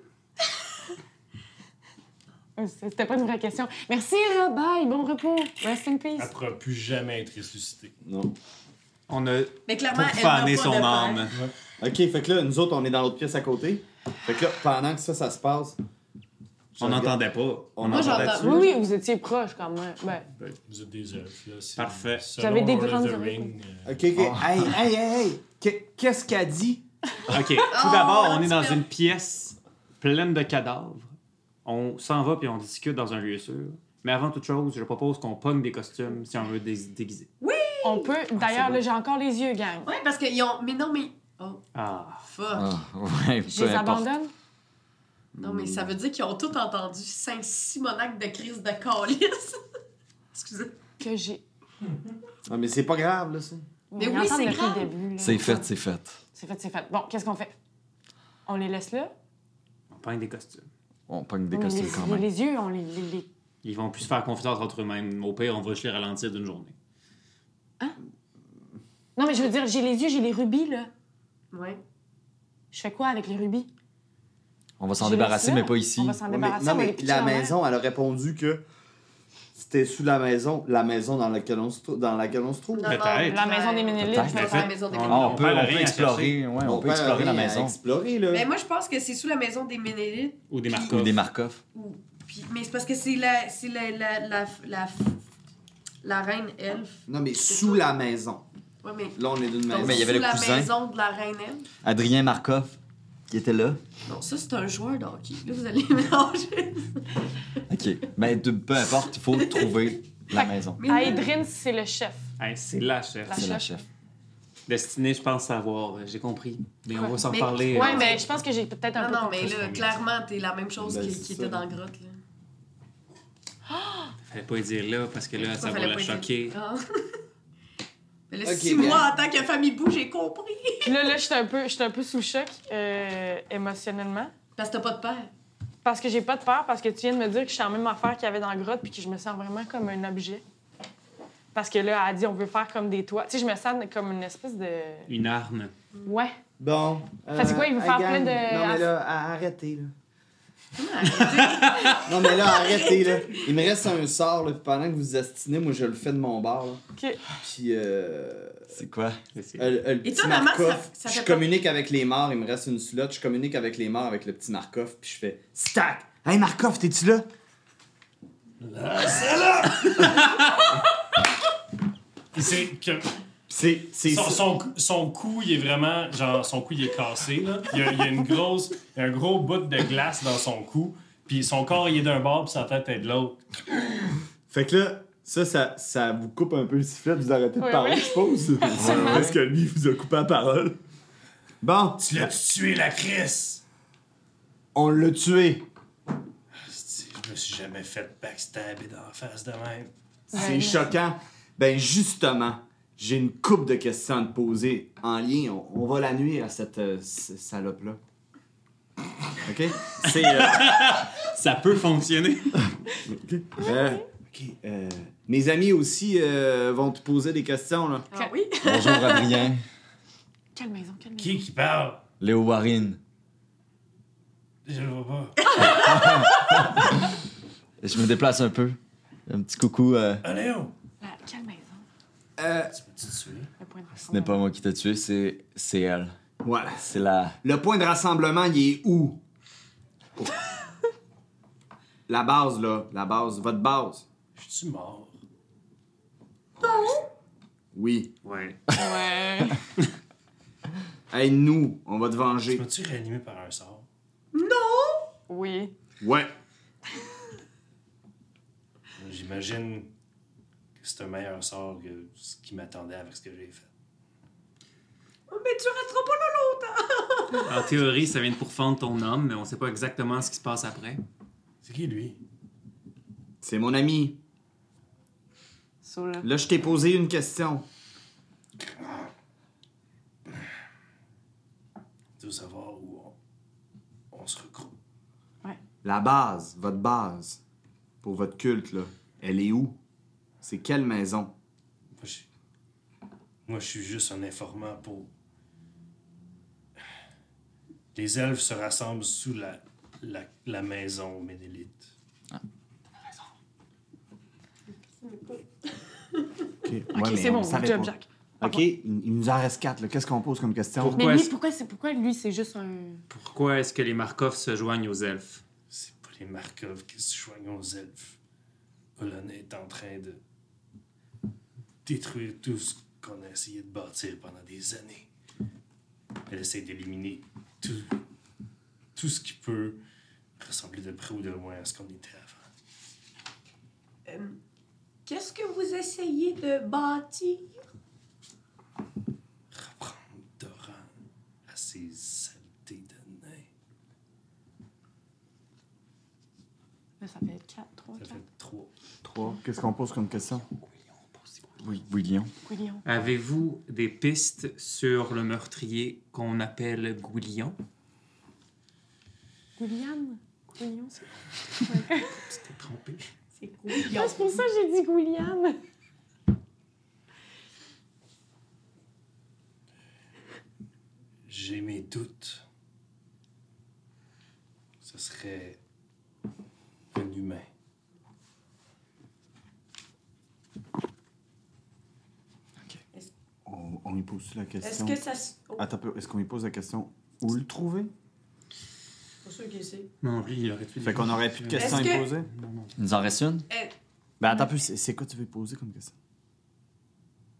[SPEAKER 2] Euh, C'était pas une vraie question. Merci, là. Bye. Bon repos. Rest in peace.
[SPEAKER 1] Elle pourra plus jamais être ressuscitée.
[SPEAKER 4] Non.
[SPEAKER 5] On a
[SPEAKER 3] Mais clairement,
[SPEAKER 5] pour
[SPEAKER 3] elle n'a
[SPEAKER 5] faner
[SPEAKER 3] pas
[SPEAKER 5] son
[SPEAKER 3] de père.
[SPEAKER 5] âme.
[SPEAKER 4] Ok, fait que là, nous autres, on est dans l'autre pièce à côté. Fait que là, pendant que ça, ça se passe,
[SPEAKER 5] On n'entendait pas.
[SPEAKER 4] On
[SPEAKER 3] Moi,
[SPEAKER 4] entendait
[SPEAKER 3] j'entends-
[SPEAKER 4] dessus.
[SPEAKER 2] Oui, oui, vous étiez proche quand même. Ben,
[SPEAKER 1] Vous êtes des elfes, là. c'est-
[SPEAKER 5] Parfait.
[SPEAKER 1] selon
[SPEAKER 2] J'avais des
[SPEAKER 1] Lord of
[SPEAKER 2] grandes
[SPEAKER 1] the
[SPEAKER 2] oreilles.
[SPEAKER 1] Ring, euh,
[SPEAKER 4] Ok, ok.
[SPEAKER 6] Ah.
[SPEAKER 4] Hey, hey, hey, hey. Que- Qu'est-ce qu'elle dit?
[SPEAKER 5] OK. Tout
[SPEAKER 3] Oh,
[SPEAKER 5] d'abord, on est
[SPEAKER 3] tu
[SPEAKER 5] dans
[SPEAKER 3] fais-
[SPEAKER 5] une pièce pleine de cadavres. On s'en va puis on discute dans un lieu sûr. Mais avant toute chose, je propose qu'on pogne des costumes si on veut dé- déguiser.
[SPEAKER 2] on peut. D'ailleurs, là, j'ai encore les yeux, gang.
[SPEAKER 3] Ouais, parce qu'ils ont. Mais non, mais. Oh,
[SPEAKER 5] Ah.
[SPEAKER 3] fuck.
[SPEAKER 6] Ah, ouais,
[SPEAKER 2] Je
[SPEAKER 6] peu
[SPEAKER 2] les
[SPEAKER 6] importe.
[SPEAKER 2] abandonne.
[SPEAKER 3] Non, mais ça veut dire qu'ils ont tout entendu cinq simonacs de crise de calice. [LAUGHS] Excusez.
[SPEAKER 2] Que j'ai.
[SPEAKER 4] Ah, mais c'est pas grave, là, ça.
[SPEAKER 3] Mais
[SPEAKER 2] On
[SPEAKER 3] oui,
[SPEAKER 2] entend
[SPEAKER 3] c'est
[SPEAKER 2] depuis
[SPEAKER 3] grave.
[SPEAKER 2] le début, là.
[SPEAKER 6] C'est fait, c'est fait.
[SPEAKER 2] C'est fait, c'est fait. Bon, qu'est-ce qu'on fait? On les laisse là?
[SPEAKER 5] On pogne des costumes.
[SPEAKER 6] On pogne des
[SPEAKER 2] On
[SPEAKER 6] costumes
[SPEAKER 2] les,
[SPEAKER 6] quand
[SPEAKER 2] les-
[SPEAKER 6] même.
[SPEAKER 2] les yeux, on les. les- les-
[SPEAKER 5] Ils vont plus se faire confiance entre eux-mêmes. Au pire, on va juste les ralentir d'une journée.
[SPEAKER 2] Non, mais je veux dire, j'ai les yeux, j'ai les rubis, là.
[SPEAKER 3] Ouais.
[SPEAKER 2] Je fais quoi avec les rubis?
[SPEAKER 6] On va s'en
[SPEAKER 2] Je les
[SPEAKER 6] débarrasser,
[SPEAKER 2] laisse là.
[SPEAKER 6] mais pas ici.
[SPEAKER 2] On va s'en
[SPEAKER 4] Ouais, mais-
[SPEAKER 2] débarrasser.
[SPEAKER 4] non,
[SPEAKER 2] on va les
[SPEAKER 4] mais
[SPEAKER 2] pitcher
[SPEAKER 4] la
[SPEAKER 2] en l'air.
[SPEAKER 4] maison, elle a répondu que c'était sous la maison, la maison dans laquelle on se, trou- dans laquelle on se trouve.
[SPEAKER 3] Non,
[SPEAKER 5] Peut-être.
[SPEAKER 2] La maison des Ménélites,
[SPEAKER 6] Peut-être.
[SPEAKER 2] je vais
[SPEAKER 3] Dans
[SPEAKER 5] Mais
[SPEAKER 3] la
[SPEAKER 2] faire.
[SPEAKER 5] faites-
[SPEAKER 3] maison des
[SPEAKER 5] on-
[SPEAKER 6] Ah, On,
[SPEAKER 3] Ménélites.
[SPEAKER 5] on
[SPEAKER 6] peut,
[SPEAKER 5] perd
[SPEAKER 6] on peut
[SPEAKER 5] rien à
[SPEAKER 6] explorer, ouais, on peut
[SPEAKER 4] perd
[SPEAKER 6] explorer la
[SPEAKER 4] rien à
[SPEAKER 6] maison.
[SPEAKER 4] Explorer, là.
[SPEAKER 3] Mais Ben, moi, je pense que c'est sous la maison des Ménélites.
[SPEAKER 5] Ou des
[SPEAKER 6] Ou
[SPEAKER 5] Markov.
[SPEAKER 6] des Markov.
[SPEAKER 3] Ou... Puis... Mais c'est parce que c'est la... c'est la... La... La... la... la reine elfe.
[SPEAKER 4] Non, mais sous la maison.
[SPEAKER 3] Ouais, mais.
[SPEAKER 4] Là, on est d'une maison.
[SPEAKER 3] Donc,
[SPEAKER 6] mais il y avait
[SPEAKER 3] sous
[SPEAKER 6] le
[SPEAKER 3] la
[SPEAKER 6] cousin.
[SPEAKER 3] maison de la reine elfe.
[SPEAKER 6] Adrien Markov, qui était là.
[SPEAKER 3] Non, ça, c'est un joueur de hockey. Là, vous allez [LAUGHS] mélanger.
[SPEAKER 6] OK. Mais de- peu importe, il faut trouver la maison.
[SPEAKER 3] Mais non.
[SPEAKER 2] Aedrin, c'est le chef.
[SPEAKER 5] Hey, c'est la chef.
[SPEAKER 2] La
[SPEAKER 6] C'est la
[SPEAKER 2] chef.
[SPEAKER 6] chef.
[SPEAKER 5] Destinée, je pense savoir. euh, J'ai compris. Mais on va s'en
[SPEAKER 3] Mais-
[SPEAKER 5] parler.
[SPEAKER 2] Ouais,
[SPEAKER 5] euh,
[SPEAKER 2] mais je pense que j'ai peut-être un
[SPEAKER 3] Non,
[SPEAKER 2] peu.
[SPEAKER 3] non, mais
[SPEAKER 5] plus
[SPEAKER 3] là,
[SPEAKER 5] familier.
[SPEAKER 3] clairement, t'es la même chose
[SPEAKER 4] Ben,
[SPEAKER 3] qui,
[SPEAKER 4] c'est
[SPEAKER 3] qui
[SPEAKER 4] ça,
[SPEAKER 3] était
[SPEAKER 4] là.
[SPEAKER 3] dans la grotte, là.
[SPEAKER 5] Fallait pas y dire là parce que là, ça va la choquer.
[SPEAKER 3] Ah. [LAUGHS] Mais là,
[SPEAKER 4] Ok,
[SPEAKER 3] six
[SPEAKER 4] bien.
[SPEAKER 3] mois en tant que famille boue, j'ai compris.
[SPEAKER 2] Puis là, là, j'étais un peu, j'étais un peu sous choc euh, émotionnellement.
[SPEAKER 3] Parce que t'as pas de père.
[SPEAKER 2] Parce que j'ai pas de peur, parce que tu viens de me dire que je suis en même affaire qu'il y avait dans la grotte, puis que je me sens vraiment comme un objet. Parce que là, elle a dit, on veut faire comme des toits. Tu sais, je me sens comme une espèce de.
[SPEAKER 5] Une arme.
[SPEAKER 2] Ouais.
[SPEAKER 4] Bon. euh,
[SPEAKER 2] Fait, c'est quoi, il veut faire
[SPEAKER 4] gang,
[SPEAKER 2] plein de-
[SPEAKER 4] Non, mais là, à- arrêtez, là.
[SPEAKER 3] Ah,
[SPEAKER 4] [LAUGHS] Non, mais là, arrêtez, là. Il me reste un sort, là, puis pendant que vous vous astinez, moi, je le fais de mon bar, là.
[SPEAKER 2] OK.
[SPEAKER 4] Puis, euh.
[SPEAKER 6] C'est quoi?
[SPEAKER 5] C'est-
[SPEAKER 4] euh, le- le petit
[SPEAKER 3] Étonnamment,
[SPEAKER 4] Markov,
[SPEAKER 3] ça- ça fait
[SPEAKER 4] je
[SPEAKER 3] pas-
[SPEAKER 4] communique avec les morts, il me reste une slot, je communique avec les morts avec le petit Markov, puis je fais Stack! Hey Markov, t'es-tu là?
[SPEAKER 1] C'est que-
[SPEAKER 4] Puis C'est. c'est-
[SPEAKER 1] Son, son, son cou, il est vraiment. Genre, son cou, il est cassé, là. Il y a, il y a une grosse, il y a un gros bout de glace dans son cou. Puis son corps, il est d'un bord, puis sa tête est de l'autre.
[SPEAKER 4] Fait que là, ça, ça, ça vous coupe un peu le sifflet, vous arrêtez de
[SPEAKER 2] Oui,
[SPEAKER 4] parler,
[SPEAKER 2] oui.
[SPEAKER 4] je suppose. Parce que lui, il vous a coupé la parole. Bon,
[SPEAKER 1] Tu l'as tué, la Chris!
[SPEAKER 4] on l'a tué.
[SPEAKER 1] Asti, Je me suis jamais fait backstabber dans la face de même.
[SPEAKER 2] Ouais.
[SPEAKER 4] C'est choquant. Ben justement, j'ai une coupe de questions à te poser en lien. On, on va la nuire à cette euh, ce- salope-là. OK? C'est... euh,
[SPEAKER 5] Ça peut fonctionner.
[SPEAKER 4] OK. Euh, OK, euh, mes amis aussi euh, vont te poser des questions, là.
[SPEAKER 3] Ah oui?
[SPEAKER 6] Bonjour, Adrien.
[SPEAKER 2] Quelle maison, quelle maison?
[SPEAKER 1] Qui qui parle?
[SPEAKER 6] Léo Warren.
[SPEAKER 1] Je le vois pas.
[SPEAKER 6] Je me déplace un peu. Un petit coucou. euh,
[SPEAKER 1] Ah, Léo!
[SPEAKER 2] La- Quelle maison?
[SPEAKER 4] Euh,
[SPEAKER 1] Tu peux-tu te tuer?
[SPEAKER 2] Le point de
[SPEAKER 6] ce n'est pas moi qui t'ai tué, c'est c'est elle.
[SPEAKER 4] voilà.
[SPEAKER 6] C'est la...
[SPEAKER 4] Le point de rassemblement, il est où?
[SPEAKER 3] [LAUGHS]
[SPEAKER 4] Oh. la base, là. La base. Votre base.
[SPEAKER 1] Je suis mort.
[SPEAKER 4] Oui.
[SPEAKER 5] Ouais.
[SPEAKER 2] Ouais.
[SPEAKER 4] Aide-nous. On va te
[SPEAKER 1] Tu
[SPEAKER 4] venger.
[SPEAKER 1] m'as-tu réanimé par un sort?
[SPEAKER 2] Oui.
[SPEAKER 4] Ouais.
[SPEAKER 1] J'imagine que c'est un meilleur sort que ce qui m'attendait avec ce que j'ai fait.
[SPEAKER 3] [LAUGHS] Mais tu resteras pas là longtemps.
[SPEAKER 5] En théorie, ça vient de pourfendre ton âme, mais on sait pas exactement ce qui se passe après.
[SPEAKER 1] C'est qui, lui?
[SPEAKER 4] C'est mon ami.
[SPEAKER 2] So, là.
[SPEAKER 4] Là, je t'ai posé une question.
[SPEAKER 1] Tu veux savoir où on, on se regroupe?
[SPEAKER 4] La base, votre base, pour votre culte, là, elle est où? C'est quelle maison?
[SPEAKER 1] Moi, je, moi, je suis juste un informant pour. Les elfes se rassemblent sous la, la, la maison Ménélite.
[SPEAKER 2] OK, c'est bon. Good job, Jack.
[SPEAKER 4] OK, il, il nous en reste quatre. là. Qu'est-ce qu'on pose comme question?
[SPEAKER 5] Pourquoi
[SPEAKER 2] Mais lui,
[SPEAKER 5] est-ce-
[SPEAKER 2] pourquoi, c'est pourquoi lui, c'est juste un.
[SPEAKER 5] Pourquoi est-ce que les Markov se joignent aux elfes?
[SPEAKER 1] C'est pas les les Markov qui se joignent aux elfes. Olon est en train de détruire tout ce qu'on a essayé de bâtir pendant des années. Elle essaie d'éliminer tout, tout ce qui peut ressembler de près ou de loin à ce qu'on était avant.
[SPEAKER 3] Euh, Qu'est-ce que vous essayez de bâtir?
[SPEAKER 1] Reprendre Doran à ses saletés de nains.
[SPEAKER 2] Là, ça fait 4, 3,
[SPEAKER 1] Ça
[SPEAKER 2] 4.
[SPEAKER 1] fait trois.
[SPEAKER 4] 3. Qu'est-ce qu'on pose comme question?
[SPEAKER 6] Oui, William.
[SPEAKER 2] Guillaume.
[SPEAKER 5] Avez-vous des pistes sur le meurtrier qu'on appelle Gouillon?
[SPEAKER 2] William? Guillaume, c'est
[SPEAKER 5] Tu t'es trompé.
[SPEAKER 3] C'est couillon.
[SPEAKER 2] Ah, c'est pour ça que j'ai dit William.
[SPEAKER 1] J'ai mes doutes. Ce serait un humain.
[SPEAKER 4] On, on y pose la
[SPEAKER 3] Est-ce
[SPEAKER 4] question.
[SPEAKER 3] que ça se. Oh,
[SPEAKER 4] Attends, un peu, est-ce qu'on y pose la question où le trouver?
[SPEAKER 3] pour ceux qui essaient.
[SPEAKER 5] Non, lui, il aurait Euh, tué des
[SPEAKER 4] Fait qu'on
[SPEAKER 5] gens.
[SPEAKER 4] aurait plus de questions à
[SPEAKER 3] Est-ce
[SPEAKER 4] y
[SPEAKER 3] que-
[SPEAKER 4] poser.
[SPEAKER 5] Non, non.
[SPEAKER 6] Il nous en reste une?
[SPEAKER 3] Eh,
[SPEAKER 4] Ben attends, un peu, c'est c'est quoi tu veux poser comme question?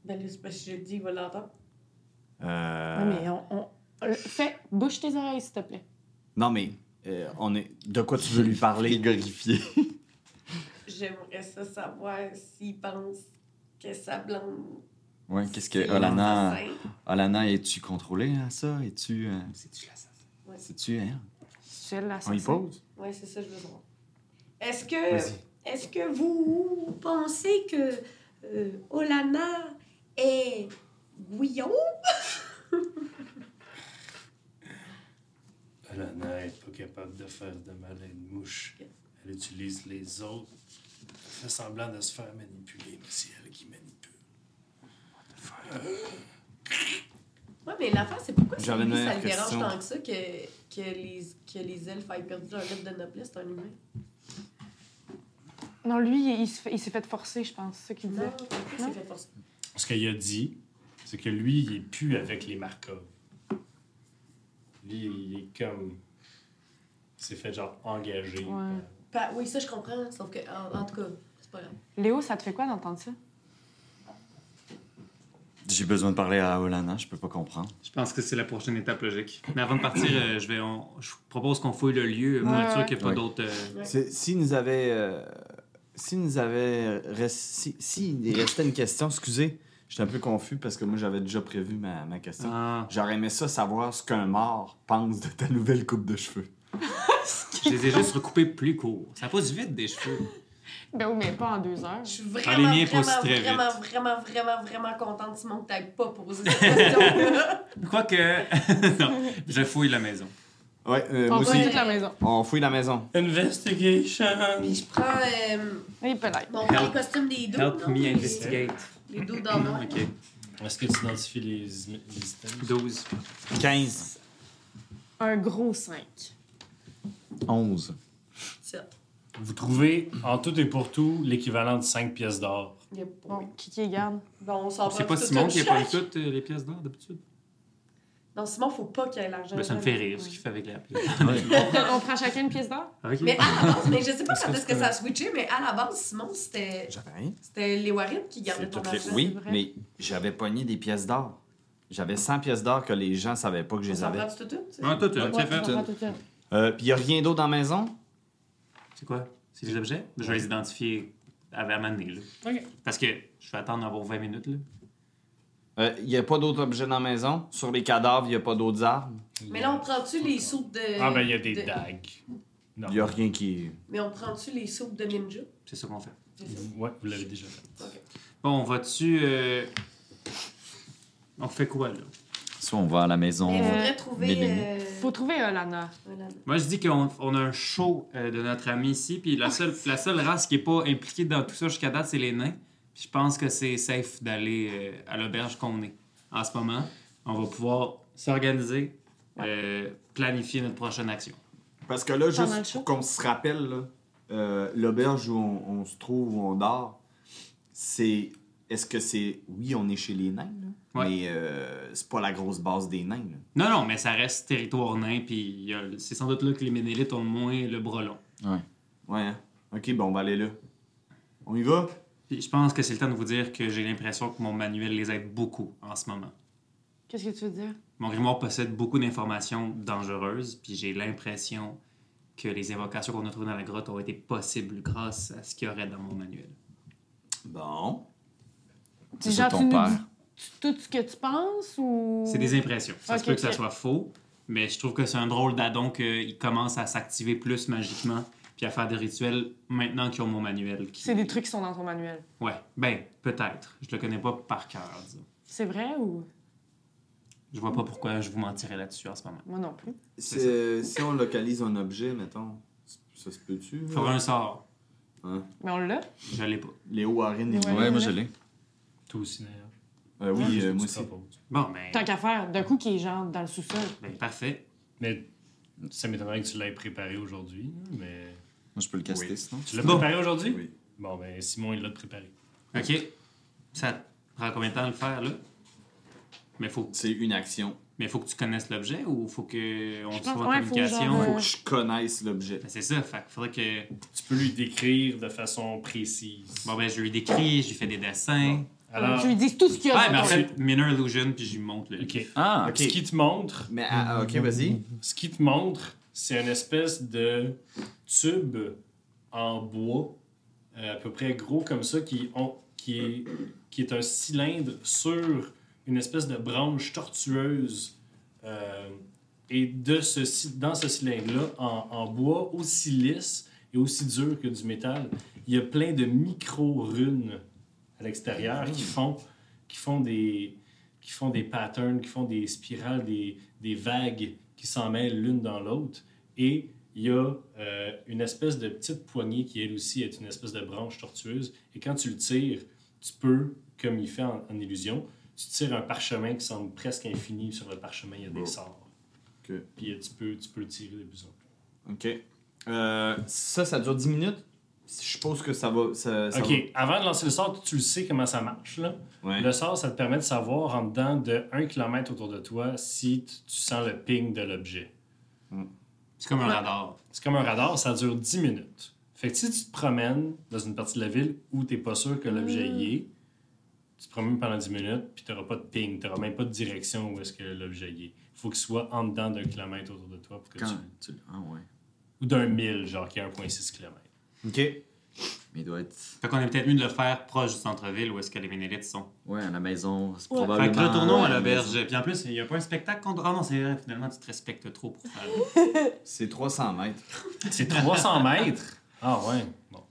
[SPEAKER 3] ben là, c'est parce que je le dis, il va l'entendre.
[SPEAKER 4] Euh...
[SPEAKER 2] Non, mais on. on- euh, Fais, bouche tes oreilles, s'il te plaît.
[SPEAKER 4] Non, mais euh, on est... de quoi tu veux lui parler?
[SPEAKER 6] Frigorifié.
[SPEAKER 3] J'aimerais ça savoir s'il pense que sa blonde.
[SPEAKER 6] Ouais, qu'est-ce
[SPEAKER 3] c'est
[SPEAKER 6] que
[SPEAKER 3] un
[SPEAKER 6] Olana.
[SPEAKER 3] assassin.
[SPEAKER 6] Olana, es-tu contrôlée à ça? Es-tu. euh,
[SPEAKER 5] C'est-tu l'assassin?
[SPEAKER 3] Ouais, c'est-
[SPEAKER 6] C'est-tu, hein?
[SPEAKER 2] C'est là,
[SPEAKER 4] On y pose?
[SPEAKER 3] ouais, c'est ça, je veux savoir. Est-ce que. Est-ce que vous pensez que euh, Olana est Gouillon?
[SPEAKER 1] Alana n'est pas capable de faire de mal à une mouche. Elle utilise les autres. Elle fait semblant de se faire manipuler, mais c'est elle qui manipule.
[SPEAKER 3] Ouais, mais l'affaire, c'est pourquoi c'est
[SPEAKER 4] J'avais
[SPEAKER 3] lui,
[SPEAKER 4] une
[SPEAKER 3] ça
[SPEAKER 4] meilleure
[SPEAKER 3] le dérange
[SPEAKER 4] question.
[SPEAKER 3] tant que ça que, que, les, que les elfes aient perdu leur lettre de noblesse, c'est un humain.
[SPEAKER 2] Non, lui, il se fait- il s'est fait forcer, je pense, c'est ce qu'il
[SPEAKER 3] Non, Hein?
[SPEAKER 2] disait.
[SPEAKER 3] pourquoi
[SPEAKER 2] Non.
[SPEAKER 3] c'est fait pour ça?
[SPEAKER 1] Ce qu'il a dit, c'est que lui, il est plus avec les Markov. Lui, il est comme. Il s'est fait genre engagé.
[SPEAKER 2] Ouais.
[SPEAKER 3] Bah, oui, ça, je comprends, sauf que, en, en tout cas, c'est pas grave.
[SPEAKER 2] Léo, ça te fait quoi d'entendre ça?
[SPEAKER 6] J'ai besoin de parler à Olana, je peux pas comprendre.
[SPEAKER 5] Je pense que c'est la prochaine étape logique. Mais avant de partir, euh, je, vais, on- je vous propose qu'on fouille le lieu pour
[SPEAKER 2] Ouais,
[SPEAKER 5] être sûr
[SPEAKER 2] ouais.
[SPEAKER 5] qu'il n'y a pas
[SPEAKER 6] Ouais.
[SPEAKER 5] d'autres. euh,
[SPEAKER 4] C'est- Si nous avait. euh, Si nous avait. res- Si, s'il restait une question, excusez, j'étais un peu confus parce que moi j'avais déjà prévu ma, ma question.
[SPEAKER 5] Ah,
[SPEAKER 4] J'aurais aimé ça savoir ce qu'un mort pense de ta nouvelle coupe de cheveux.
[SPEAKER 5] je les ai juste recoupés plus courts. Ça passe vite des cheveux.
[SPEAKER 2] Ben oui, mais pas en deux heures.
[SPEAKER 3] Je suis
[SPEAKER 5] Ah, les
[SPEAKER 3] vraiment,
[SPEAKER 5] miens
[SPEAKER 3] vraiment,
[SPEAKER 5] poussent très vite.
[SPEAKER 3] vraiment, vraiment, vraiment, vraiment contente, Simon, que t'ailles pas poser cette
[SPEAKER 5] [LAUGHS]
[SPEAKER 3] question-là.
[SPEAKER 5] Quoique. non, je fouille la maison.
[SPEAKER 4] Ouais, euh, moi
[SPEAKER 2] On
[SPEAKER 4] aussi.
[SPEAKER 2] va toute la maison.
[SPEAKER 4] On fouille la maison.
[SPEAKER 1] Investigation!
[SPEAKER 3] Puis je prends euh,
[SPEAKER 2] Il peut l'être.
[SPEAKER 3] mon premier costume des deux.
[SPEAKER 5] Help
[SPEAKER 3] non?
[SPEAKER 5] me
[SPEAKER 3] Les-
[SPEAKER 5] investigate.
[SPEAKER 3] Les deux dans moi.
[SPEAKER 5] Ok,
[SPEAKER 1] Est-ce que tu identifies les, les items?
[SPEAKER 5] 12.
[SPEAKER 4] 15.
[SPEAKER 2] Un gros 5.
[SPEAKER 6] 11.
[SPEAKER 3] Ça.
[SPEAKER 1] Vous trouvez en tout et pour tout l'équivalent de 5 pièces d'or.
[SPEAKER 3] Il y a pas-
[SPEAKER 2] Bon, qui qui garde?
[SPEAKER 3] Bon, on s'en va.
[SPEAKER 5] C'est pas
[SPEAKER 3] tout
[SPEAKER 5] Simon
[SPEAKER 3] un
[SPEAKER 5] qui a pas
[SPEAKER 3] choc.
[SPEAKER 5] toutes euh, les pièces d'or d'habitude.
[SPEAKER 3] Non, Simon, faut pas qu'il y ait l'argent.
[SPEAKER 5] Ben, ça me fait rire ce qu'il fait avec la pièce.
[SPEAKER 2] On prend, on prend chacun une pièce d'or?
[SPEAKER 5] Ah, Ok.
[SPEAKER 3] Mais à la base, mais je sais pas
[SPEAKER 1] Est-ce
[SPEAKER 3] quand
[SPEAKER 1] que
[SPEAKER 3] est-ce
[SPEAKER 1] tu
[SPEAKER 3] que
[SPEAKER 1] peux-
[SPEAKER 3] ça a switché, mais à la base, Simon, c'était
[SPEAKER 4] J'avais rien.
[SPEAKER 3] c'était les Warren qui gardaient
[SPEAKER 4] C'est
[SPEAKER 3] ton
[SPEAKER 4] toutes les-
[SPEAKER 3] argent.
[SPEAKER 4] Oui,
[SPEAKER 2] c'est vrai.
[SPEAKER 4] mais j'avais pogné des pièces d'or. J'avais 100 pièces d'or que les gens savaient pas que je
[SPEAKER 3] On
[SPEAKER 4] les
[SPEAKER 3] s'en
[SPEAKER 4] avais.
[SPEAKER 3] prend tout de suite, tu sais.
[SPEAKER 5] Ah, toi, tu l'as
[SPEAKER 2] Ouais,
[SPEAKER 5] fait.
[SPEAKER 2] on prend toute une.
[SPEAKER 4] Euh, Puis il a rien d'autre dans la maison?
[SPEAKER 5] C'est quoi? C'est les objets? Ben, Je vais les identifier à ma main, là.
[SPEAKER 1] Ok.
[SPEAKER 5] Parce que je vais attendre avoir 20 minutes, là.
[SPEAKER 4] Il n'y Euh, a pas d'autres objets dans la maison. Sur les cadavres, il n'y a pas d'autres armes.
[SPEAKER 3] Mais là, on prend-tu les soupes de.
[SPEAKER 1] Ah, ben, il y a des
[SPEAKER 3] de-
[SPEAKER 1] dagues. Non.
[SPEAKER 4] Il n'y a rien qui.
[SPEAKER 3] Mais on prend-tu les soupes de ninja?
[SPEAKER 5] C'est ça qu'on fait.
[SPEAKER 3] C'est ça.
[SPEAKER 1] Ouais, vous l'avez déjà fait.
[SPEAKER 3] Ok.
[SPEAKER 5] Bon, on va-tu... euh, On fait quoi, là?
[SPEAKER 6] Soit on va à la maison.
[SPEAKER 3] Mais il
[SPEAKER 2] Euh,
[SPEAKER 3] faudrait trouver.
[SPEAKER 6] Mélanie.
[SPEAKER 3] euh,
[SPEAKER 2] Faut trouver Olana.
[SPEAKER 3] voilà.
[SPEAKER 5] Moi, je dis qu'on on a un show euh, de notre ami ici, puis la seule, la seule race qui n'est pas impliquée dans tout ça jusqu'à date, c'est les nains. Puis je pense que c'est safe d'aller euh, à l'auberge qu'on est en ce moment. On va pouvoir s'organiser, euh, planifier notre prochaine action.
[SPEAKER 4] Parce que là,
[SPEAKER 2] Pendant le
[SPEAKER 4] juste
[SPEAKER 2] show.
[SPEAKER 4] pour qu'on se rappelle, là, euh, l'auberge où on, on se trouve, où on dort, c'est. Est-ce que c'est. Oui, on est chez les nains, là,
[SPEAKER 5] Ouais.
[SPEAKER 4] mais euh, c'est pas la grosse base des nains. là.
[SPEAKER 5] Non, non, mais ça reste territoire nain, puis il y a- c'est sans doute là que les Ménélites ont le moins le brelon.
[SPEAKER 6] Ouais.
[SPEAKER 4] Ouais, hein? Ok, bon, on va aller là. On y va?
[SPEAKER 5] Puis je pense que c'est le temps de vous dire que j'ai l'impression que mon manuel les aide beaucoup en ce moment.
[SPEAKER 2] Qu'est-ce que tu veux dire?
[SPEAKER 5] Mon grimoire possède beaucoup d'informations dangereuses, puis j'ai l'impression que les évocations qu'on a trouvées dans la grotte ont été possibles grâce à ce qu'il y aurait dans mon manuel.
[SPEAKER 4] Bon.
[SPEAKER 2] Tu,
[SPEAKER 6] C'est
[SPEAKER 2] genre,
[SPEAKER 6] ton
[SPEAKER 2] tu nous
[SPEAKER 6] père.
[SPEAKER 2] dis tout ce que tu penses ou.
[SPEAKER 5] C'est des impressions. Ça se
[SPEAKER 2] Ok,
[SPEAKER 5] peut que ça
[SPEAKER 2] ok.
[SPEAKER 5] soit faux, mais je trouve que c'est un drôle d'addon qu'il commence à s'activer plus magiquement, puis à faire des rituels maintenant qu'ils ont mon manuel. qui-
[SPEAKER 2] C'est des trucs qui sont dans ton manuel.
[SPEAKER 5] Ouais, ben, peut-être. Je le connais pas par cœur, disons.
[SPEAKER 2] C'est vrai ou.
[SPEAKER 5] Je vois pas pourquoi je vous mentirais là-dessus en ce moment.
[SPEAKER 2] Moi non plus.
[SPEAKER 4] Si, si on localise un objet, mettons, ça se peut-tu?
[SPEAKER 5] Faudra un sort.
[SPEAKER 4] Hein?
[SPEAKER 2] Mais on l'a.
[SPEAKER 5] Je l'ai pas.
[SPEAKER 4] Léo, Warren et
[SPEAKER 2] Ouais.
[SPEAKER 6] Ouais, moi je l'ai.
[SPEAKER 1] Toi aussi, d'ailleurs.
[SPEAKER 4] Euh, oui, euh, moi
[SPEAKER 1] Tu te
[SPEAKER 4] aussi.
[SPEAKER 1] proposes.
[SPEAKER 5] Bon, ben,
[SPEAKER 2] Tant qu'à faire, d'un coup qui est genre dans le sous-sol.
[SPEAKER 5] ben, parfait.
[SPEAKER 1] Mais ça m'étonnerait que tu l'aies préparé aujourd'hui. Mais
[SPEAKER 6] Moi je peux le caster
[SPEAKER 4] Oui.
[SPEAKER 6] sinon.
[SPEAKER 1] tu l'as
[SPEAKER 5] Bon.
[SPEAKER 1] préparé aujourd'hui
[SPEAKER 4] Oui.
[SPEAKER 1] Bon, ben Simon, il l'a préparé.
[SPEAKER 5] OK. Ça te prend combien de temps de le faire, là? Mais faut,
[SPEAKER 4] C'est une action.
[SPEAKER 5] mais faut que tu connaisses l'objet ou faut que on
[SPEAKER 2] Je
[SPEAKER 5] soit
[SPEAKER 2] pense-
[SPEAKER 5] en
[SPEAKER 2] ouais, faut
[SPEAKER 5] communication?
[SPEAKER 2] genre,
[SPEAKER 4] Faut
[SPEAKER 2] Ouais.
[SPEAKER 4] que je connaisse l'objet.
[SPEAKER 5] Ben, c'est ça, fait que faudrait que...
[SPEAKER 1] Tu peux lui décrire de façon précise.
[SPEAKER 5] Bon, ben, je lui décris, je lui fais des dessins.
[SPEAKER 1] Alors,
[SPEAKER 2] Tu lui dis tout ce qu'il y a
[SPEAKER 5] Ouais,
[SPEAKER 2] dans
[SPEAKER 5] mais en
[SPEAKER 2] ton-
[SPEAKER 5] fait, Minor Illusion, puis je lui montre le...
[SPEAKER 1] OK.
[SPEAKER 6] Ah,
[SPEAKER 4] Ok.
[SPEAKER 1] Ce qui te montre,
[SPEAKER 4] Mais ah, ah, ok, vas-y.
[SPEAKER 1] ce qui te montre, c'est une espèce de tube en bois, euh, à peu près gros comme ça, qui, ont, qui, est, qui est un cylindre sur une espèce de branche tortueuse. Euh, et de ce, ci- dans ce cylindre-là, en, en bois aussi lisse et aussi dur que du métal, il y a plein de micro-runes à l'extérieur qui font, qui font des qui font des patterns, qui font des spirales, des, des vagues qui s'en mêlent l'une dans l'autre. Et il y a euh, une espèce de petite poignée qui, elle aussi, est une espèce de branche tortueuse. Et quand tu le tires, tu peux, comme il fait en, en illusion, tu tires un parchemin qui semble presque infini. Sur le parchemin, il y a
[SPEAKER 4] Bon.
[SPEAKER 1] des sorts.
[SPEAKER 4] Ok.
[SPEAKER 1] Puis euh, tu peux, tu peux tirer des besoins.
[SPEAKER 4] Ok. Euh, ça, ça dure 10 minutes. Je suppose que ça va. Ça, ça
[SPEAKER 1] OK, avant de lancer le sort, tu le sais comment ça marche. Là.
[SPEAKER 4] va- Ouais.
[SPEAKER 1] Le sort, ça te permet de savoir en dedans de 1 km autour de toi si tu, tu sens le ping de l'objet.
[SPEAKER 5] C'est comme un radar.
[SPEAKER 1] C'est comme un radar, ça dure 10 minutes. Fait que si tu te promènes dans une partie de la ville où t'es pas sûr que l'objet y est, tu te promènes pendant 10 minutes, puis t'auras pas de ping, t'auras même pas de direction où est-ce que l'objet y est. Faut qu'il soit en dedans d'un kilomètre autour de toi pour que
[SPEAKER 6] Quand
[SPEAKER 1] tu...
[SPEAKER 6] tu- Ah ouais.
[SPEAKER 1] Ou d'un mille, genre qui est 1,6 km.
[SPEAKER 4] Ok.
[SPEAKER 6] Mais il doit être.
[SPEAKER 5] Fait qu'on est peut-être mieux de le faire proche du centre-ville où est-ce que les Vénélites sont.
[SPEAKER 6] Ouais, à la maison. C'est
[SPEAKER 2] Ouais.
[SPEAKER 5] Fait
[SPEAKER 6] probablement.
[SPEAKER 5] que retournons à
[SPEAKER 6] la maison.
[SPEAKER 5] l'auberge. Puis en plus, il n'y a pas un spectacle contre. Ah non, c'est vrai, finalement, tu te respectes trop pour
[SPEAKER 2] [LAUGHS]
[SPEAKER 5] faire.
[SPEAKER 4] C'est 300 mètres.
[SPEAKER 1] C'est 300 [LAUGHS] mètres? Ah ouais. Bon,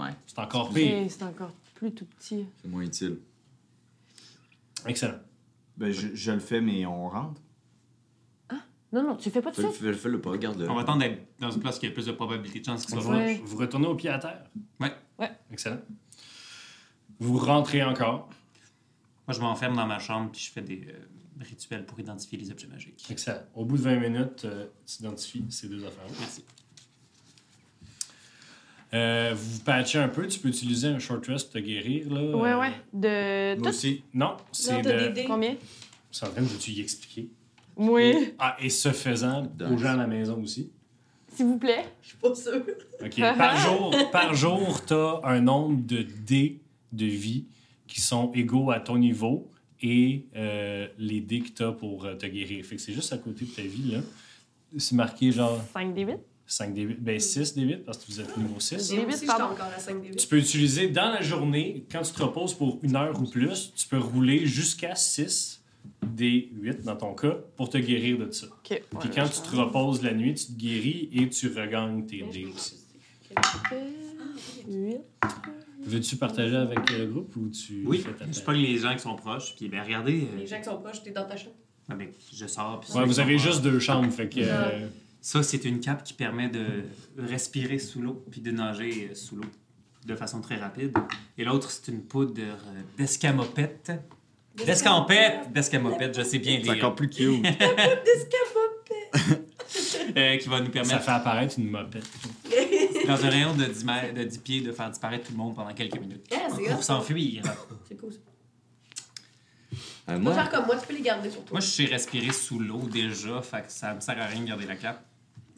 [SPEAKER 6] Ouais,
[SPEAKER 1] c'est encore pire.
[SPEAKER 2] C'est c'est encore plus tout petit.
[SPEAKER 6] c'est moins utile.
[SPEAKER 1] Excellent.
[SPEAKER 4] Ben, je, je le fais, mais on rentre.
[SPEAKER 2] Non, non, tu fais pas de
[SPEAKER 6] Fais-
[SPEAKER 2] ça.
[SPEAKER 6] fais- Fais-le pas, regarde-le.
[SPEAKER 5] On va attendre d'être dans une place qui a le plus de probabilité de chance qu'il soit
[SPEAKER 1] Vous,
[SPEAKER 5] vrai.
[SPEAKER 2] Ouais.
[SPEAKER 1] vous retournez au pied à terre?
[SPEAKER 5] Ouais.
[SPEAKER 2] Ouais.
[SPEAKER 1] Excellent. Vous rentrez encore.
[SPEAKER 5] Moi, je m'enferme dans ma chambre puis je fais des euh, rituels pour identifier les objets magiques.
[SPEAKER 1] Excellent. Au bout de 20 minutes, euh, tu identifies ces deux affaires-là.
[SPEAKER 5] Merci.
[SPEAKER 1] Euh, vous vous patchez un peu, tu peux utiliser un short rest pour te guérir. Là.
[SPEAKER 2] Ouais,
[SPEAKER 1] Euh,
[SPEAKER 2] ouais. De.
[SPEAKER 4] Moi
[SPEAKER 2] tout-
[SPEAKER 4] aussi.
[SPEAKER 1] Non, c'est euh,
[SPEAKER 3] Non, t'as des
[SPEAKER 1] de.
[SPEAKER 3] dés.
[SPEAKER 2] Combien?
[SPEAKER 1] C'est en train de tu y expliquer.
[SPEAKER 2] Oui.
[SPEAKER 1] Ah, et ce faisant,
[SPEAKER 6] Dingue.
[SPEAKER 1] aux gens à la maison aussi.
[SPEAKER 2] S'il vous plaît.
[SPEAKER 3] Je suis pas sûre.
[SPEAKER 2] [LAUGHS]
[SPEAKER 1] OK. par jour, par jour tu as un nombre de dés de vie qui sont égaux à ton niveau et euh, les dés que tu as pour euh, te guérir. Fait que c'est juste à côté de ta vie. là. C'est marqué genre
[SPEAKER 2] 5 des 8.
[SPEAKER 1] 5 d 8, ben 6 d 8 parce que vous êtes niveau 6.
[SPEAKER 2] J'ai
[SPEAKER 3] J'ai
[SPEAKER 2] huit,
[SPEAKER 3] aussi, j'étais
[SPEAKER 2] pardon.
[SPEAKER 3] encore à 5 des
[SPEAKER 1] Tu
[SPEAKER 3] huit.
[SPEAKER 1] peux utiliser dans la journée, quand tu te reposes pour une heure ou plus, tu peux rouler jusqu'à 6 des 8 dans ton cas pour te guérir de ça.
[SPEAKER 2] OK. ouais,
[SPEAKER 1] Puis quand
[SPEAKER 2] je
[SPEAKER 1] tu te
[SPEAKER 2] pense.
[SPEAKER 1] reposes la nuit, tu te guéris et tu regagnes tes
[SPEAKER 3] Mais je
[SPEAKER 1] dés
[SPEAKER 3] peux
[SPEAKER 1] aussi.
[SPEAKER 2] Huit.
[SPEAKER 1] Veux-tu partager avec le groupe ou tu
[SPEAKER 5] Oui,
[SPEAKER 1] fais ta
[SPEAKER 5] je
[SPEAKER 1] part?
[SPEAKER 5] pogne les gens qui sont proches puis ben regardez. euh,
[SPEAKER 3] Les gens qui sont proches, t'es dans ta chambre.
[SPEAKER 5] ah, ben, je sors puis.
[SPEAKER 1] Ouais,
[SPEAKER 5] ceux qui
[SPEAKER 1] vous
[SPEAKER 5] sont
[SPEAKER 1] avez
[SPEAKER 5] proches.
[SPEAKER 1] juste deux chambres, fait que... euh,
[SPEAKER 5] Ça, c'est une cape qui permet de respirer sous l'eau puis de nager euh, sous l'eau de façon très rapide. Et l'autre, c'est une poudre euh, d'escamopette. D'escampette! D'escamopette, je sais bien
[SPEAKER 6] C'est
[SPEAKER 5] lire.
[SPEAKER 6] encore plus
[SPEAKER 5] [LAUGHS]
[SPEAKER 6] cute.
[SPEAKER 5] Euh, qui va nous
[SPEAKER 1] ça
[SPEAKER 5] permettre,
[SPEAKER 1] fait apparaître une mopette.
[SPEAKER 5] dans un rayon de 10, mè- de 10 pieds, de faire disparaître tout le monde pendant quelques minutes.
[SPEAKER 3] Ah, c'est
[SPEAKER 5] Pour
[SPEAKER 3] hot.
[SPEAKER 5] s'enfuir.
[SPEAKER 3] C'est cool. ça.
[SPEAKER 6] Euh,
[SPEAKER 3] Tu peux
[SPEAKER 6] moi,
[SPEAKER 3] faire comme moi, tu peux les garder sur toi.
[SPEAKER 5] Moi, je sais respirer sous l'eau déjà, fait que ça me sert à rien de garder la cape.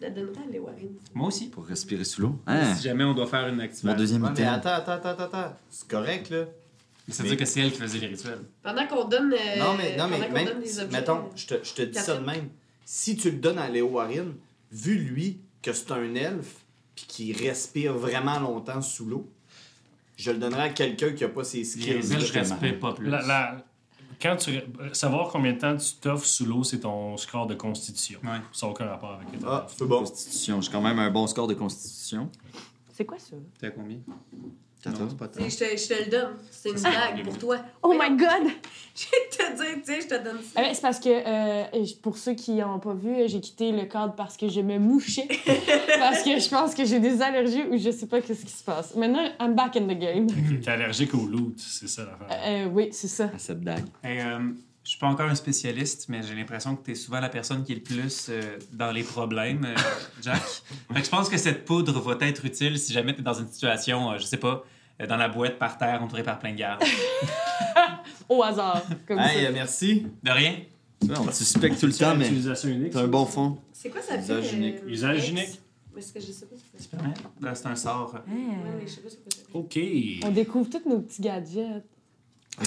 [SPEAKER 3] La Donata, elle est Warren.
[SPEAKER 5] Moi aussi.
[SPEAKER 6] Pour respirer sous l'eau. Hein?
[SPEAKER 5] Si jamais on doit faire une activation.
[SPEAKER 6] Mon deuxième
[SPEAKER 4] Ouais, mais
[SPEAKER 6] item.
[SPEAKER 4] attends, attends, attends, attends, attends. C'est correct,
[SPEAKER 3] Euh,
[SPEAKER 4] là.
[SPEAKER 5] Ça veut dire que c'est elle qui faisait les rituels.
[SPEAKER 3] Pendant qu'on donne. euh,
[SPEAKER 4] non, mais, non,
[SPEAKER 3] pendant
[SPEAKER 4] mais
[SPEAKER 3] qu'on
[SPEAKER 4] même,
[SPEAKER 3] donne des objets,
[SPEAKER 4] mettons, je te, je te dis ça de
[SPEAKER 3] Catherine.
[SPEAKER 4] même. Si tu le donnes à Léo Warren, vu lui que c'est un elfe, puis qu'il respire vraiment longtemps sous l'eau, je le donnerais à quelqu'un qui a pas ses
[SPEAKER 5] Les
[SPEAKER 4] skills.
[SPEAKER 5] rituels, je
[SPEAKER 4] là.
[SPEAKER 5] respecte pas plus.
[SPEAKER 1] La- la- quand tu, euh, savoir combien de temps tu t'offres sous l'eau, c'est ton score de constitution.
[SPEAKER 5] Ouais.
[SPEAKER 1] Ça n'a aucun rapport avec les
[SPEAKER 4] Ah, c'est bon.
[SPEAKER 6] Constitution. J'ai quand même un bon score de constitution.
[SPEAKER 2] C'est quoi ça?
[SPEAKER 5] T'as combien?
[SPEAKER 6] 14.
[SPEAKER 5] pas
[SPEAKER 3] Tu sais, Je te, je te le donne.
[SPEAKER 1] [LAUGHS]
[SPEAKER 3] C'est une
[SPEAKER 5] Ah,
[SPEAKER 3] blague
[SPEAKER 5] les
[SPEAKER 3] pour
[SPEAKER 5] bons.
[SPEAKER 3] toi.
[SPEAKER 2] Oh my god!
[SPEAKER 3] Je vais te dire, tu sais, je te donne ça.
[SPEAKER 2] Ah ben, c'est parce que, euh, je- pour ceux qui n'ont pas vu, euh, j'ai quitté le cadre parce que je me [LAUGHS] mouchais. parce que je pense que j'ai des allergies ou je sais pas qu'est-ce qui se passe. Maintenant, I'm back in the game.
[SPEAKER 1] T'es allergique au loot, c'est ça l'affaire.
[SPEAKER 2] Euh, oui, c'est ça.
[SPEAKER 6] À cette dague.
[SPEAKER 5] Hey, euh, je suis pas encore un spécialiste, mais j'ai l'impression que tu es souvent la personne qui est le plus euh, dans les problèmes, [LAUGHS] euh, Jack. Fait que je pense que cette poudre va être utile si jamais tu es dans une situation, euh, je sais pas, euh, dans la boîte par terre, entourée par plein de gardes.
[SPEAKER 2] Au hasard. Comme
[SPEAKER 4] Hey,
[SPEAKER 2] ça.
[SPEAKER 4] euh, merci.
[SPEAKER 5] De rien?
[SPEAKER 6] Tu vois, on te suspecte tout le temps, mais
[SPEAKER 1] Utilisation unique.
[SPEAKER 6] t'as un bon fond.
[SPEAKER 3] C'est quoi ça fait?
[SPEAKER 4] Usage unique.
[SPEAKER 3] euh,
[SPEAKER 1] Usage
[SPEAKER 3] X?
[SPEAKER 1] unique.
[SPEAKER 3] Parce que je sais pas ce que c'est.
[SPEAKER 5] Ouais, là, c'est un sort. euh,
[SPEAKER 6] Hein?
[SPEAKER 3] Ouais, mais je sais pas ce que c'est.
[SPEAKER 1] OK.
[SPEAKER 2] On découvre tous nos petits gadgets.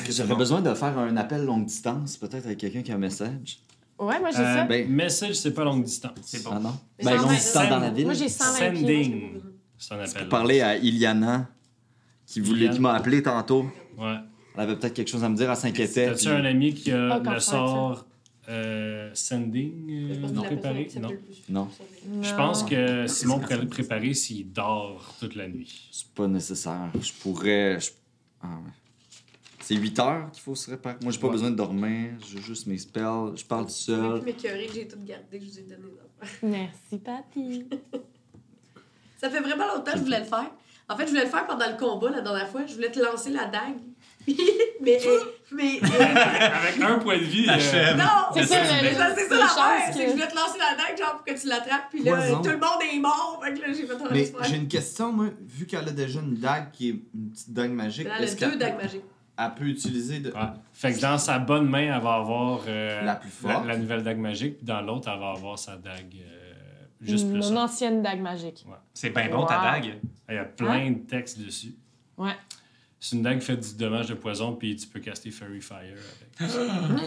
[SPEAKER 6] J'aurais besoin de faire un appel longue distance, peut-être avec quelqu'un qui a un message.
[SPEAKER 2] Ouais, moi j'ai
[SPEAKER 1] Euh,
[SPEAKER 2] ça.
[SPEAKER 6] Ben-
[SPEAKER 1] message, c'est pas longue distance.
[SPEAKER 5] C'est bon.
[SPEAKER 6] Ah non?
[SPEAKER 3] Mais
[SPEAKER 6] Ben
[SPEAKER 3] ça,
[SPEAKER 6] longue
[SPEAKER 3] ouais,
[SPEAKER 6] distance dans la ville.
[SPEAKER 2] Moi j'ai 120 pieds.
[SPEAKER 1] Sending. C'est un
[SPEAKER 6] C'est
[SPEAKER 1] appel.
[SPEAKER 6] pour parler à Iliana, qui voulait, qui m'a appelé tantôt.
[SPEAKER 1] Ouais.
[SPEAKER 6] Elle avait peut-être quelque chose à me dire, elle s'inquiétait.
[SPEAKER 1] T'as-tu
[SPEAKER 6] puis-
[SPEAKER 1] un ami qui a
[SPEAKER 2] Ah, quand
[SPEAKER 1] le
[SPEAKER 2] ça,
[SPEAKER 1] sort euh, sending euh, préparé? Non.
[SPEAKER 6] Non.
[SPEAKER 1] Je pense que Simon pourrait le préparer s'il dort toute la nuit.
[SPEAKER 6] C'est pas nécessaire. Je pourrais. je- Ah ouais. C'est 8 heures qu'il faut se réparer. Moi, j'ai pas
[SPEAKER 1] Ouais.
[SPEAKER 6] besoin de dormir. J'ai juste mes spells. Je parle tout
[SPEAKER 3] Je
[SPEAKER 6] seul.
[SPEAKER 3] vais plus que j'ai tout gardé, je vous ai donné l'enfant.
[SPEAKER 2] Merci, papy.
[SPEAKER 3] [LAUGHS] Ça fait vraiment longtemps que je voulais le faire. En fait, je voulais le faire pendant le combat la dernière fois. Je voulais te lancer la dague. [LAUGHS] mais.
[SPEAKER 4] [LAUGHS]
[SPEAKER 3] mais.
[SPEAKER 1] [LAUGHS] Avec un point de vie. euh,
[SPEAKER 5] Achève.
[SPEAKER 3] non!
[SPEAKER 2] C'est ça, le-
[SPEAKER 3] Mais ça, c'est ça
[SPEAKER 2] les
[SPEAKER 3] l'affaire,
[SPEAKER 2] chances
[SPEAKER 3] c'est
[SPEAKER 2] que-
[SPEAKER 3] que je voulais te lancer la dague, genre pour que tu l'attrapes, puis là,
[SPEAKER 4] Poison.
[SPEAKER 3] tout le monde est mort, fait que là, j'ai fait ton
[SPEAKER 4] Mais
[SPEAKER 3] espoir.
[SPEAKER 4] j'ai une question, moi. Vu qu'elle a déjà une dague qui est une petite dague magique,
[SPEAKER 3] Elle a
[SPEAKER 4] est-ce
[SPEAKER 3] deux
[SPEAKER 4] qu'elle
[SPEAKER 3] dagues magiques.
[SPEAKER 4] elle peut utiliser de...
[SPEAKER 6] Ah,
[SPEAKER 1] Ouais. Fait que dans sa bonne main, elle va avoir euh,
[SPEAKER 4] La plus forte.
[SPEAKER 1] la nouvelle dague magique, puis dans l'autre, elle va avoir sa dague euh, juste plus.
[SPEAKER 2] Mon
[SPEAKER 1] forte.
[SPEAKER 2] ancienne dague magique.
[SPEAKER 5] C'est bien bon ta
[SPEAKER 2] Wow.
[SPEAKER 5] dague.
[SPEAKER 1] Il y a plein de textes dessus.
[SPEAKER 2] Ouais.
[SPEAKER 1] C'est une dague qui fait du dommage de poison, puis tu peux caster Fairy Fire avec.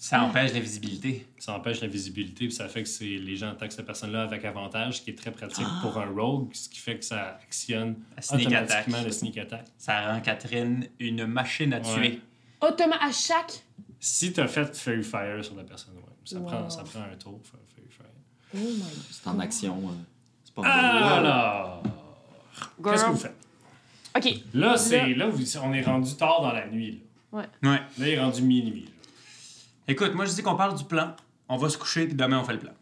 [SPEAKER 5] Ça empêche la visibilité.
[SPEAKER 1] Ça empêche la visibilité, puis ça fait que c'est- les gens attaquent cette personne-là avec avantage, ce qui est très pratique pour un rogue, ce qui fait que ça actionne
[SPEAKER 5] La sneak attack.
[SPEAKER 1] automatiquement le sneak attack.
[SPEAKER 5] Ça rend Catherine une machine à
[SPEAKER 1] Ouais.
[SPEAKER 5] tuer.
[SPEAKER 2] Automatiquement, à chaque.
[SPEAKER 1] Si tu as fait Fairy Fire sur la personne, ouais. ça,
[SPEAKER 2] Wow.
[SPEAKER 1] prend, ça prend un tour, faire Fairy Fire.
[SPEAKER 2] Oh my
[SPEAKER 6] C'est en action. euh, C'est
[SPEAKER 5] Oh,
[SPEAKER 6] pas
[SPEAKER 1] Ah! Alors, qu'est-ce que vous faites?
[SPEAKER 2] Ok,
[SPEAKER 1] Là, c'est, là vous- on est rendu tard dans la nuit.
[SPEAKER 5] Ouais.
[SPEAKER 1] Là, là il est rendu minuit. là.
[SPEAKER 5] Écoute, moi, je dis qu'on parle du plan. On va se coucher, puis demain, on fait le plan.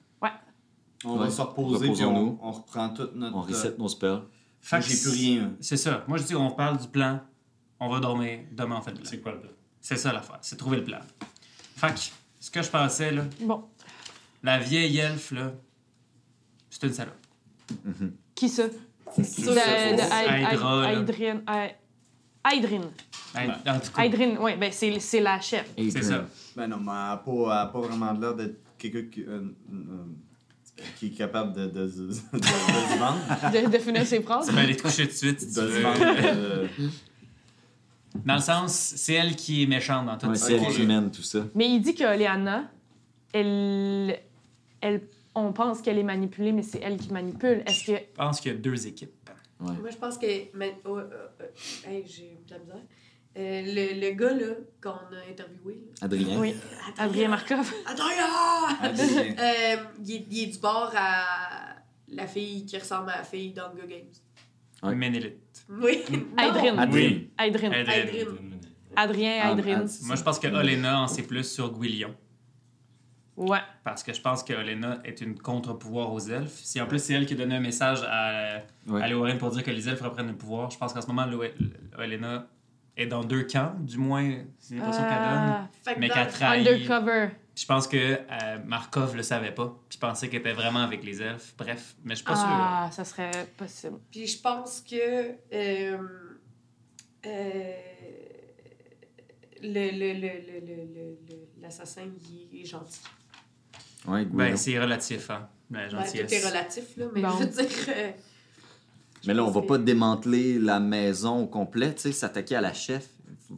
[SPEAKER 4] On
[SPEAKER 6] Ouais.
[SPEAKER 4] va se reposer, puis
[SPEAKER 6] Reposons-nous.
[SPEAKER 4] on, on reprend toute notre... euh,
[SPEAKER 6] On reset nos spells.
[SPEAKER 5] Fait que
[SPEAKER 4] J'ai plus rien.
[SPEAKER 5] C'est ça. Moi, je dis qu'on parle du plan. On va dormir. Demain, on fait le plan.
[SPEAKER 1] C'est quoi le plan?
[SPEAKER 5] C'est ça l'affaire, c'est trouver le plan. Fait que, ce que je pensais, là,
[SPEAKER 2] bon.
[SPEAKER 5] la vieille elfe, là, c'est une salope.
[SPEAKER 2] Qui ça?
[SPEAKER 3] C'est
[SPEAKER 2] De-
[SPEAKER 3] sûr
[SPEAKER 2] de-
[SPEAKER 3] que c'est ça. Oh,
[SPEAKER 5] Hydra, là.
[SPEAKER 2] Aïd- Aïdrine. Aï- Aïdrine.
[SPEAKER 5] Hey, en tout cas,
[SPEAKER 2] Aïdrine, oui, ben c'est c'est la chef.
[SPEAKER 5] c'est ça.
[SPEAKER 4] Ben non, mais elle n'a pas, elle a pas vraiment l'air d'être quelqu'un qui, euh, euh, qui est capable de, de, se- de- de se
[SPEAKER 6] [LAUGHS]
[SPEAKER 4] vendre.
[SPEAKER 2] De, de finir ses phrases.
[SPEAKER 5] Tu peux aller te coucher tout de suite. si
[SPEAKER 4] De
[SPEAKER 5] tu
[SPEAKER 4] se
[SPEAKER 5] veux.
[SPEAKER 4] vendre. euh,
[SPEAKER 5] Dans le sens, c'est elle qui est méchante dans tout
[SPEAKER 6] Ouais,
[SPEAKER 5] ça.
[SPEAKER 6] c'est elle
[SPEAKER 4] Ok.
[SPEAKER 6] qui mène tout ça.
[SPEAKER 2] Mais il dit que Léana, elle, elle, on pense qu'elle est manipulée, mais c'est elle qui manipule. Est-ce que.
[SPEAKER 5] Je pense qu'il y a deux équipes.
[SPEAKER 3] Moi, je pense que. Mais, oh, euh, euh, hey, j'ai eu de la misère. Euh, le, le gars, là, qu'on a interviewé, là,
[SPEAKER 6] Adrien.
[SPEAKER 2] Oui,
[SPEAKER 3] Ah,
[SPEAKER 2] Adrien Markov.
[SPEAKER 3] Adrien!
[SPEAKER 4] Adrien.
[SPEAKER 3] Euh, il, est, il est du bord à la fille qui ressemble à la fille d'Hunger Games.
[SPEAKER 6] Ouais.
[SPEAKER 5] Ménélite.
[SPEAKER 3] Oui. non.
[SPEAKER 2] Aydrin.
[SPEAKER 6] Adrien.
[SPEAKER 2] Aydrin.
[SPEAKER 5] Adrien.
[SPEAKER 3] Adrien.
[SPEAKER 2] Adrien, Aydrin.
[SPEAKER 6] Ah, ah,
[SPEAKER 5] Moi, je pense que Olena en sait plus sur Gwilion.
[SPEAKER 2] Ouais.
[SPEAKER 5] Parce que je pense que Olena est une contre-pouvoir aux elfes. Si en plus c'est elle qui a donné un message à,
[SPEAKER 6] Ouais.
[SPEAKER 5] à Léorine pour dire que les elfes reprennent le pouvoir, je pense qu'en ce moment, Lo- Olena est dans deux camps, du moins, c'est l'impression qu'elle
[SPEAKER 2] Ah,
[SPEAKER 3] Fait que
[SPEAKER 5] donne. Mais
[SPEAKER 3] Euh, dans-
[SPEAKER 5] qu'elle trahit.
[SPEAKER 2] undercover.
[SPEAKER 5] Je pense que euh, Markov le savait pas, puis pensait qu'elle était vraiment avec les elfes. Bref, mais je suis pas
[SPEAKER 2] Ah, ça serait possible.
[SPEAKER 3] Puis je pense que euh, euh, le, le, le, le, le, le- le- l'assassin, il est gentil.
[SPEAKER 6] Ouais,
[SPEAKER 5] Ben,
[SPEAKER 6] Gouillon.
[SPEAKER 5] c'est relatif, hein. Ben,
[SPEAKER 3] Ouais, tout est
[SPEAKER 5] gentillesse.
[SPEAKER 3] relatif, là, mais
[SPEAKER 2] Bon.
[SPEAKER 3] je veux dire. euh,
[SPEAKER 6] mais là, on va
[SPEAKER 3] c'est-
[SPEAKER 6] pas démanteler la maison au complet, tu sais, s'attaquer à la chef.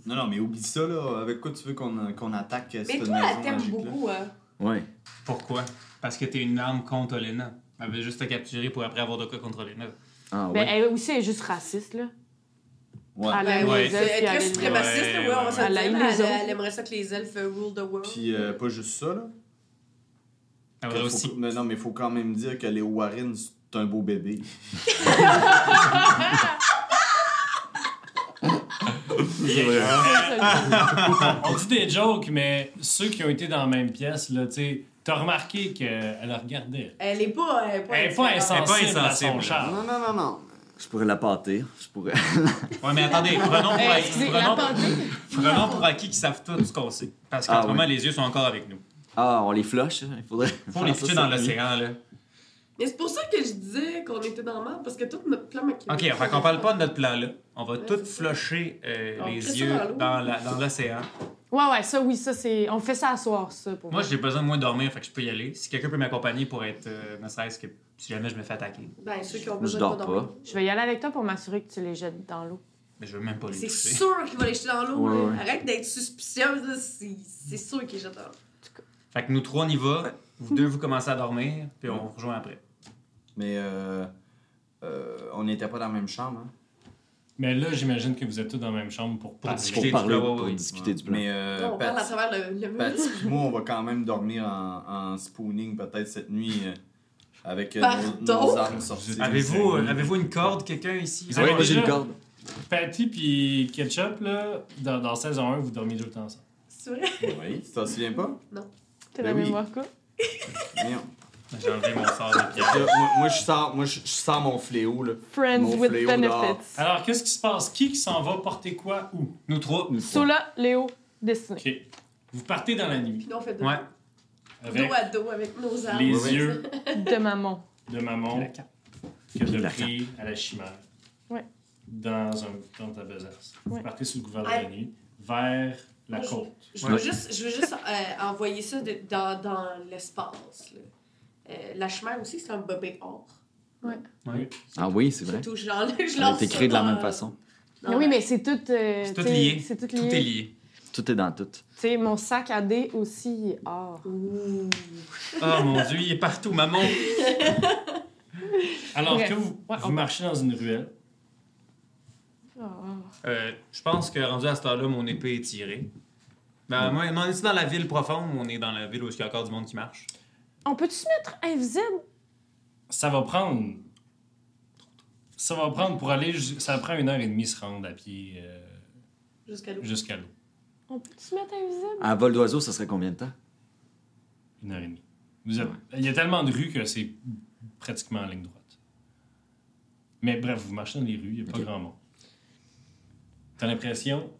[SPEAKER 4] Non, non, mais oublie ça, là. Avec quoi tu veux qu'on qu'on attaque euh,
[SPEAKER 3] Mais
[SPEAKER 4] cette
[SPEAKER 3] toi,
[SPEAKER 4] maison
[SPEAKER 3] elle t'aime
[SPEAKER 4] magique, là?
[SPEAKER 3] Ah, beaucoup, hein.
[SPEAKER 6] Ouais.
[SPEAKER 5] Pourquoi? Parce que t'es une arme contre Olena. Elle veut juste te capturer pour après avoir de quoi contre Olena.
[SPEAKER 6] Ah
[SPEAKER 2] Ben,
[SPEAKER 6] ouais.
[SPEAKER 2] elle aussi, elle est juste raciste, là.
[SPEAKER 4] Ouais.
[SPEAKER 2] Elle aime
[SPEAKER 3] Ben
[SPEAKER 5] Ouais.
[SPEAKER 3] oui,
[SPEAKER 2] les elfes, puis
[SPEAKER 3] c'est très
[SPEAKER 2] elle aime les-
[SPEAKER 3] suprémaciste,
[SPEAKER 5] Ouais,
[SPEAKER 3] ouais, on va se
[SPEAKER 2] ouais.
[SPEAKER 3] le
[SPEAKER 2] Elle
[SPEAKER 3] dire,
[SPEAKER 2] aime
[SPEAKER 3] mais
[SPEAKER 2] les
[SPEAKER 3] elle,
[SPEAKER 2] autres.
[SPEAKER 3] elle aimerait ça que les elfes euh, rule the world.
[SPEAKER 4] Puis euh, pas juste ça, là.
[SPEAKER 5] Elle voudrait
[SPEAKER 4] Faut-
[SPEAKER 5] aussi.
[SPEAKER 4] mais non, mais faut quand même dire que les Warren, c'est un
[SPEAKER 3] [LAUGHS]
[SPEAKER 4] beau bébé.
[SPEAKER 6] hein?
[SPEAKER 2] [LAUGHS]
[SPEAKER 1] On dit des jokes, mais ceux qui ont été dans la même pièce, là, tu sais, t'as remarqué qu'elle regardait.
[SPEAKER 3] Elle est pas. Elle est pas,
[SPEAKER 1] Elle est pas
[SPEAKER 3] indifférente.
[SPEAKER 1] insensible,
[SPEAKER 5] Elle est pas
[SPEAKER 1] à son
[SPEAKER 5] insensible.
[SPEAKER 1] charme.
[SPEAKER 4] Non, non, non, non.
[SPEAKER 6] Je pourrais la pâter. Je pourrais. [LAUGHS]
[SPEAKER 5] Ouais, mais
[SPEAKER 2] [LAUGHS]
[SPEAKER 5] attendez, prenons pour,
[SPEAKER 2] Hey, Eh, excusez, la
[SPEAKER 5] prenons-
[SPEAKER 2] pandémie.
[SPEAKER 5] prenons pour acquis qu'ils savent tout ce qu'on sait. Parce qu'en
[SPEAKER 6] Ah
[SPEAKER 5] ce
[SPEAKER 6] oui.
[SPEAKER 5] moment, les yeux sont encore avec nous.
[SPEAKER 6] Ah, on les flush. hein, Il faudrait.
[SPEAKER 5] Faut
[SPEAKER 6] faire
[SPEAKER 5] les
[SPEAKER 6] ça,
[SPEAKER 5] pitcher dans
[SPEAKER 6] ça.
[SPEAKER 5] l'océan, là.
[SPEAKER 3] Mais c'est pour ça que je disais qu'on était dans le mal, parce que tout notre plan maquillé.
[SPEAKER 5] Ok, enfin, qu'on parle pas de notre plan, là. On va
[SPEAKER 3] Ouais,
[SPEAKER 5] tout
[SPEAKER 3] c'est ça.
[SPEAKER 5] flusher euh,
[SPEAKER 3] On
[SPEAKER 2] Ah,
[SPEAKER 5] les
[SPEAKER 3] crée ça
[SPEAKER 5] yeux
[SPEAKER 3] dans l'eau.
[SPEAKER 5] dans la- dans l'océan.
[SPEAKER 2] Ouais, ouais, ça, oui, ça, c'est. On fait ça à soir, ça, pour
[SPEAKER 5] Moi,
[SPEAKER 2] vrai.
[SPEAKER 5] j'ai besoin de moins dormir, fait que je peux y aller. Si quelqu'un peut m'accompagner pour être, euh, ne serait-ce que si jamais je me fais attaquer,
[SPEAKER 3] Ben, ceux qui ont
[SPEAKER 6] Moi,
[SPEAKER 3] besoin
[SPEAKER 6] je dors
[SPEAKER 3] de
[SPEAKER 6] pas.
[SPEAKER 3] dormir.
[SPEAKER 2] Je vais y aller avec toi pour m'assurer que tu les jettes dans l'eau.
[SPEAKER 5] mais je veux même pas les
[SPEAKER 3] C'est
[SPEAKER 5] toucher.
[SPEAKER 3] sûr qu'il va les jeter dans l'eau.
[SPEAKER 6] Ouais,
[SPEAKER 3] là.
[SPEAKER 6] ouais.
[SPEAKER 3] Arrête d'être suspicieuse, là, c'est c'est sûr qu'il les jette dans l'eau.
[SPEAKER 5] Fait que nous trois, on y va. Vous deux, vous commencez à dormir, puis on vous rejoint après.
[SPEAKER 4] Mais euh, euh, on n'était pas dans la même chambre. Hein.
[SPEAKER 1] Mais là, j'imagine que vous êtes tous dans la même chambre pour
[SPEAKER 5] Pour
[SPEAKER 1] parler.
[SPEAKER 5] discuter.
[SPEAKER 6] Pour parler,
[SPEAKER 5] du plan, ouais,
[SPEAKER 6] pour
[SPEAKER 5] ouais.
[SPEAKER 6] discuter du plan.
[SPEAKER 4] Mais euh,
[SPEAKER 3] Non, on parle à
[SPEAKER 4] Pat-
[SPEAKER 3] travers le, le mur.
[SPEAKER 4] Patsy puis moi, on va quand même dormir en, en spooning peut-être cette nuit euh, avec euh, nos,
[SPEAKER 3] Pardon?
[SPEAKER 4] nos armes sorties.
[SPEAKER 1] Vous êtes-
[SPEAKER 5] Avez-vous
[SPEAKER 1] c'est-
[SPEAKER 5] euh, avez-vous une corde, quelqu'un ici?
[SPEAKER 1] Vous
[SPEAKER 6] Ouais,
[SPEAKER 1] avez
[SPEAKER 6] moi, j'ai
[SPEAKER 1] déjà-
[SPEAKER 6] une corde.
[SPEAKER 1] Patty puis Ketchup, là, dans, dans saison 1, vous dormiez tout le temps ensemble.
[SPEAKER 3] C'est vrai?
[SPEAKER 4] Oui, tu t'en souviens pas?
[SPEAKER 2] T'as
[SPEAKER 4] Ben
[SPEAKER 2] la hein?
[SPEAKER 4] oui.
[SPEAKER 2] mémoire, quoi?
[SPEAKER 4] Merde.
[SPEAKER 5] J'ai enlevé mon sort de pierre.
[SPEAKER 4] Là, moi, moi, je sors, moi, je, je sors mon fléau, là.
[SPEAKER 2] Friends
[SPEAKER 4] Mon
[SPEAKER 2] with
[SPEAKER 4] fléau
[SPEAKER 2] benefits.
[SPEAKER 5] Ah.
[SPEAKER 1] Alors, qu'est-ce qui se passe? Qui qui s'en va porter quoi où?
[SPEAKER 5] Nous trois.
[SPEAKER 2] Sola, Léo, [LAUGHS] Destiné.
[SPEAKER 1] OK. Vous partez dans la nuit
[SPEAKER 3] Puis là, on fait deux.
[SPEAKER 5] Ouais.
[SPEAKER 1] avec
[SPEAKER 3] Dos à dos avec nos armes.
[SPEAKER 1] les
[SPEAKER 4] Ouais, ouais.
[SPEAKER 1] yeux
[SPEAKER 2] De maman.
[SPEAKER 1] de maman que
[SPEAKER 6] Puis
[SPEAKER 1] de
[SPEAKER 6] la
[SPEAKER 1] pris à la chimère.
[SPEAKER 2] Ouais.
[SPEAKER 1] Dans, un, dans ta besace. Vous
[SPEAKER 2] Ouais.
[SPEAKER 1] partez sous le gouvernement
[SPEAKER 3] Ouais.
[SPEAKER 1] de la nuit vers la
[SPEAKER 3] Moi, je-
[SPEAKER 1] côte.
[SPEAKER 3] Je veux
[SPEAKER 6] Ouais.
[SPEAKER 3] juste, je veux juste euh, envoyer ça de- dans, dans l'espace. là. Euh, la chemin aussi, c'est un bébé or.
[SPEAKER 6] Ah oui, c'est vrai.
[SPEAKER 3] Surtout, je l'en- [LAUGHS] je
[SPEAKER 6] Elle
[SPEAKER 3] lance.
[SPEAKER 6] a été créée de
[SPEAKER 3] ça
[SPEAKER 6] la même
[SPEAKER 3] dans-
[SPEAKER 6] façon.
[SPEAKER 3] dans
[SPEAKER 2] Mais
[SPEAKER 3] la-
[SPEAKER 2] oui, mais c'est tout. euh,
[SPEAKER 5] C'est tout
[SPEAKER 2] t'sais,
[SPEAKER 5] lié.
[SPEAKER 2] C'est tout
[SPEAKER 5] Tout
[SPEAKER 2] lié.
[SPEAKER 5] est lié.
[SPEAKER 6] Tout est dans tout.
[SPEAKER 2] Tu sais, mon sac à dés aussi il est or.
[SPEAKER 3] Ouh.
[SPEAKER 5] Oh mon dieu, il est partout, [LAUGHS] maman.
[SPEAKER 1] Alors
[SPEAKER 2] Bref.
[SPEAKER 1] que vous,
[SPEAKER 2] Ouais,
[SPEAKER 1] vous
[SPEAKER 2] on-
[SPEAKER 1] marchez dans une ruelle,
[SPEAKER 2] Ah.
[SPEAKER 5] Euh, je pense que rendu à ce temps-là, mon épée est tirée. Ben, moi, on est dans la ville profonde ou on est dans la ville où il y a encore du monde qui marche?
[SPEAKER 2] On peut-tu se mettre invisible?
[SPEAKER 1] ça va prendre. Ça va prendre pour aller. jus- Ça prend une heure et demie se rendre à pied euh,
[SPEAKER 3] Jusqu'à l'eau.
[SPEAKER 1] jusqu'à l'eau.
[SPEAKER 2] On peut-tu se mettre invisible?
[SPEAKER 6] À vol d'oiseau, ça serait combien de temps?
[SPEAKER 1] Une heure et demie. Vous êtes- Il y a tellement de rues que c'est pratiquement en ligne droite. Mais bref, vous marchez dans les rues, il n'y a pas
[SPEAKER 6] Ok.
[SPEAKER 1] grand monde. T'as l'impression,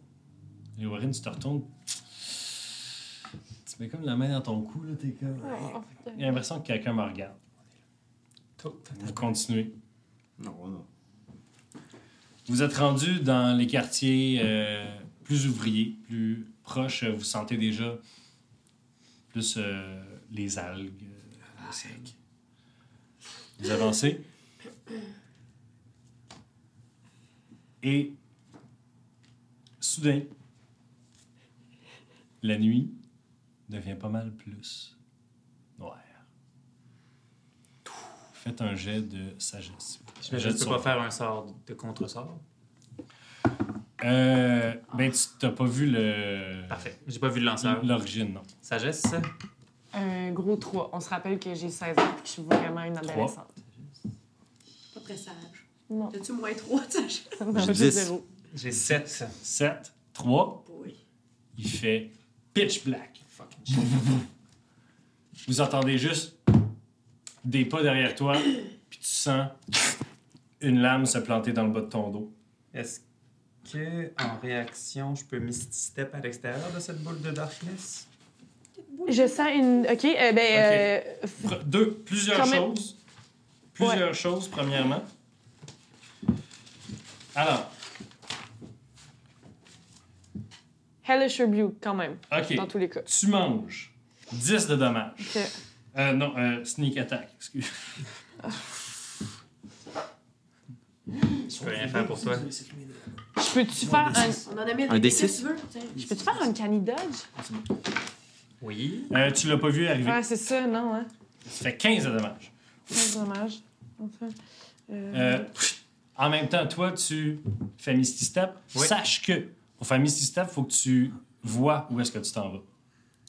[SPEAKER 1] et Warren, tu te retournes, tu mets comme la main dans ton cou, là, t'es comme.
[SPEAKER 2] Oh,
[SPEAKER 1] J'ai l'impression que quelqu'un me regarde. Vous continuez.
[SPEAKER 4] Non, non.
[SPEAKER 1] Vous êtes rendu dans les quartiers euh, plus ouvriers, plus proches. euh, Vous sentez déjà plus euh, les algues. euh, le sel. Vous avancez. Et soudain, la nuit devient pas mal plus noire. Faites un jet de sagesse.
[SPEAKER 5] Je
[SPEAKER 1] Un jet
[SPEAKER 5] ne
[SPEAKER 1] de
[SPEAKER 5] peux pas
[SPEAKER 1] sauvetage.
[SPEAKER 5] faire un sort de contre-sort.
[SPEAKER 1] Euh, ben, tu t'as pas vu le.
[SPEAKER 5] Parfait. J'ai pas vu le lanceur.
[SPEAKER 1] L'origine, non.
[SPEAKER 5] Sagesse, ça?
[SPEAKER 2] Un gros 3. On se rappelle que j'ai 16 ans et que je suis vraiment une adolescente.
[SPEAKER 3] Pas très sage.
[SPEAKER 2] Non,
[SPEAKER 3] T'as-tu moins trois, tu sais?
[SPEAKER 2] ça me [LAUGHS] donne
[SPEAKER 6] dix.
[SPEAKER 2] zéro.
[SPEAKER 5] J'ai 7.
[SPEAKER 1] 7, 3,
[SPEAKER 3] Boy.
[SPEAKER 1] il fait pitch black. Vous entendez juste des pas derrière toi, [COUGHS] puis tu sens une lame se planter dans le bas de ton dos.
[SPEAKER 5] Est-ce que, en réaction, je peux Misty Step à l'extérieur de cette boule de darkness?
[SPEAKER 2] Je sens une. OK, euh, ben. euh, f-
[SPEAKER 1] Pre- Deux, plusieurs
[SPEAKER 2] Quand même.
[SPEAKER 1] choses. Plusieurs choses, premièrement. Alors,
[SPEAKER 2] Hellish Rebuke, quand même,
[SPEAKER 1] OK.
[SPEAKER 2] dans tous les cas.
[SPEAKER 1] Tu manges 10 de dommages.
[SPEAKER 2] Ok.
[SPEAKER 1] Euh, non, euh, sneak attack, excuse.
[SPEAKER 5] Je peux rien faire pour toi.
[SPEAKER 2] Je peux-tu faire un.
[SPEAKER 3] On en a mis
[SPEAKER 6] Un
[SPEAKER 3] le
[SPEAKER 6] D6?
[SPEAKER 3] qu'est-ce que tu veux, tu sais.
[SPEAKER 2] Je peux-tu faire un canny dodge?
[SPEAKER 5] Oui.
[SPEAKER 1] Euh, tu l'as pas vu arriver.
[SPEAKER 2] Ouais, c'est ça, non, hein?
[SPEAKER 1] Ça fait 15 de dommages.
[SPEAKER 2] C'est dommage. Enfin. Euh...
[SPEAKER 1] Euh, en même temps, toi, tu fais Misty Step.
[SPEAKER 5] Oui.
[SPEAKER 1] Sache que pour faire Misty Step, faut que tu vois où est-ce que tu t'en vas.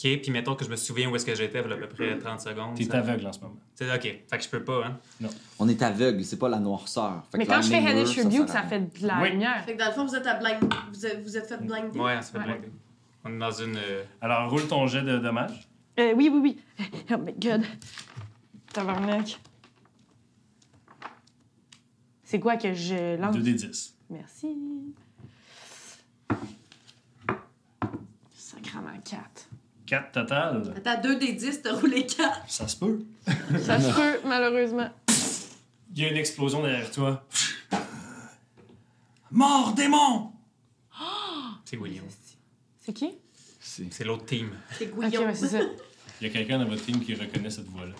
[SPEAKER 5] Ok, puis mettons que je me souviens où est-ce que j'étais, il y a à peu près 30 secondes.
[SPEAKER 1] T'es
[SPEAKER 5] ça.
[SPEAKER 1] aveugle en ce moment.
[SPEAKER 5] C'est ok, fait que je peux pas, hein.
[SPEAKER 6] On est aveugle, c'est pas la noirceur. Fait que
[SPEAKER 2] Mais quand je fais
[SPEAKER 6] lightning
[SPEAKER 2] Hellish
[SPEAKER 6] lure,
[SPEAKER 2] Rebuke,
[SPEAKER 6] sert à
[SPEAKER 2] ça fait de la
[SPEAKER 1] Oui.
[SPEAKER 2] lumière.
[SPEAKER 3] Fait que dans le fond, vous êtes à blind. Vous êtes, vous êtes fait blinder.
[SPEAKER 5] Ouais, on se fait
[SPEAKER 2] Ouais.
[SPEAKER 5] blinder. On est dans une. euh,
[SPEAKER 1] Alors, roule ton jet de dommages.
[SPEAKER 2] Euh, oui, oui, oui. Oh my god. Tabarnak. C'est quoi que je lance?
[SPEAKER 1] 2 des 10.
[SPEAKER 2] Merci. Sacrement 4.
[SPEAKER 1] 4 total.
[SPEAKER 3] T'as 2 des 10, t'as roulé 4.
[SPEAKER 1] Ça se peut.
[SPEAKER 2] Ça se peut, malheureusement.
[SPEAKER 1] Il y a une explosion derrière toi. Mort, démon!
[SPEAKER 5] C'est William.
[SPEAKER 2] C'est qui?
[SPEAKER 6] C'est
[SPEAKER 5] C'est l'autre team.
[SPEAKER 3] C'est
[SPEAKER 2] Ok,
[SPEAKER 3] gouillon.
[SPEAKER 2] ouais, c'est ça.
[SPEAKER 1] Il y a quelqu'un dans votre team qui reconnaît cette voix-là.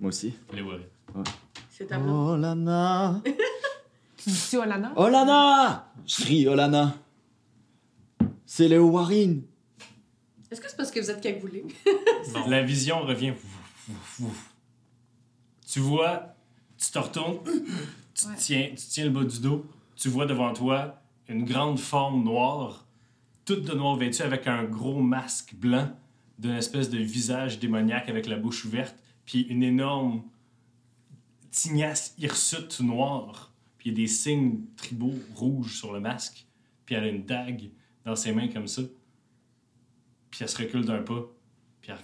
[SPEAKER 6] moi aussi.
[SPEAKER 1] Les Warriors.
[SPEAKER 3] c'est ta blonde.
[SPEAKER 6] Oh Lana!
[SPEAKER 2] Tu dis ça, Olana?
[SPEAKER 6] Oh Lana! Je crie Oh Lana! C'est Léo Warren!
[SPEAKER 3] Est-ce que c'est parce que vous êtes cagoulé?
[SPEAKER 1] [LAUGHS]
[SPEAKER 5] Bon.
[SPEAKER 1] La vision revient. Tu vois, tu te retournes, tu,
[SPEAKER 2] Ouais.
[SPEAKER 1] tiens, tu tiens le bas du dos, tu vois devant toi une grande forme noire, toute de noir vêtue avec un gros masque blanc d'une espèce de visage démoniaque avec la bouche ouverte, puis une énorme tignasse hirsute noire, puis il y a des signes tribaux rouges sur le masque, puis elle a une dague dans ses mains comme ça, puis elle se recule d'un pas, puis elle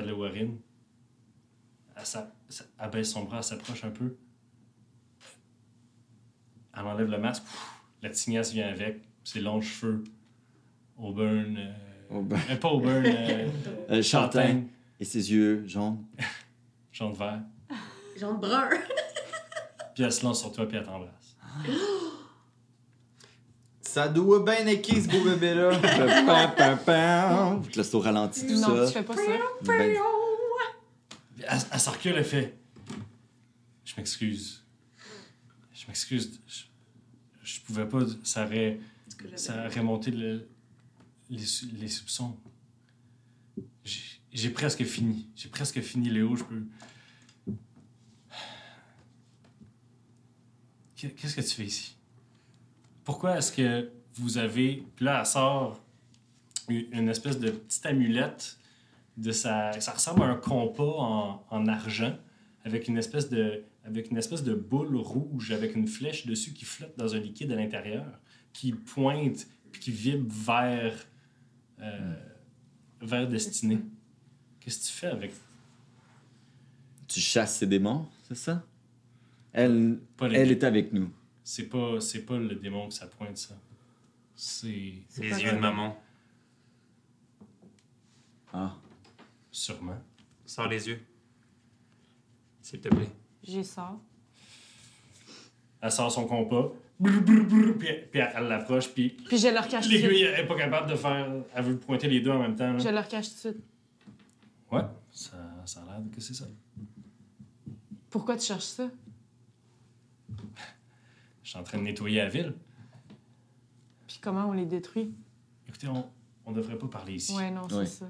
[SPEAKER 1] regarde le Warren. Elle, s'a- s'a- elle baisse son bras, elle s'approche un peu. Elle enlève le masque. Pff, La tignasse vient avec. Ses longs cheveux. Auburn. euh,
[SPEAKER 6] Auburn.
[SPEAKER 1] euh, pas Auburn. euh,
[SPEAKER 6] Euh, Chantin.
[SPEAKER 1] Chantin.
[SPEAKER 6] Et ses yeux jaunes.
[SPEAKER 1] Jaune vert.
[SPEAKER 3] Jean Brun.
[SPEAKER 1] Puis elle se lance sur toi, puis elle t'embrasse.
[SPEAKER 4] Ça doit bien équer ce beau
[SPEAKER 6] [LAUGHS]
[SPEAKER 4] bébé-là.
[SPEAKER 6] pam, pam, pam. Puis là, c'est au ralenti tout
[SPEAKER 2] Non, tu
[SPEAKER 6] ça.
[SPEAKER 2] fais pas ça.
[SPEAKER 6] Ben,
[SPEAKER 1] Puis Elle, elle se recule, elle fait. Je m'excuse. Je m'excuse. Je, je pouvais pas. Ça aurait.
[SPEAKER 3] C'est ce que j'avais
[SPEAKER 1] Ça a
[SPEAKER 3] dit.
[SPEAKER 1] remonté le- les, sou- les soupçons. J'ai- J'ai presque fini. J'ai presque fini, Léo. Je peux. Qu'est- Qu'est-ce que tu fais ici? Pourquoi est-ce que vous avez. Puis là, elle sort u- une espèce de petite amulette de sa. Ça ressemble à un compas en, en argent avec une espèce de. Avec une espèce de boule rouge avec une flèche dessus qui flotte dans un liquide à l'intérieur qui pointe puis qui vibre vers euh, vers destinée. Qu'est-ce que tu fais avec
[SPEAKER 6] tu chasses ses démons, c'est ça? Elle,
[SPEAKER 1] pas le
[SPEAKER 6] elle est avec nous.
[SPEAKER 1] c'est pas c'est pas le démon que ça pointe ça. C'est
[SPEAKER 5] Les
[SPEAKER 2] pas
[SPEAKER 5] yeux de
[SPEAKER 2] grave.
[SPEAKER 5] maman.
[SPEAKER 6] Ah.
[SPEAKER 1] sûrement.
[SPEAKER 5] Sors les yeux. S'il te plaît.
[SPEAKER 2] J'ai ça.
[SPEAKER 1] Elle sort son compas, brr, brr, brr, puis, puis elle elle l'approche puis
[SPEAKER 2] Puis je
[SPEAKER 5] Ah,
[SPEAKER 2] leur cache tout de suite.
[SPEAKER 1] l'aiguille elle est pas capable de faire elle veut pointer les deux en même temps. là.
[SPEAKER 2] Je leur cache tout de suite.
[SPEAKER 1] Ouais, ça, ça a l'air que c'est ça.
[SPEAKER 2] Pourquoi tu cherches ça?
[SPEAKER 1] Je suis en train de nettoyer la ville.
[SPEAKER 2] Puis comment on les détruit?
[SPEAKER 1] Écoutez, on on devrait pas parler ici.
[SPEAKER 2] Ouais, non, c'est
[SPEAKER 6] Ouais.
[SPEAKER 2] ça.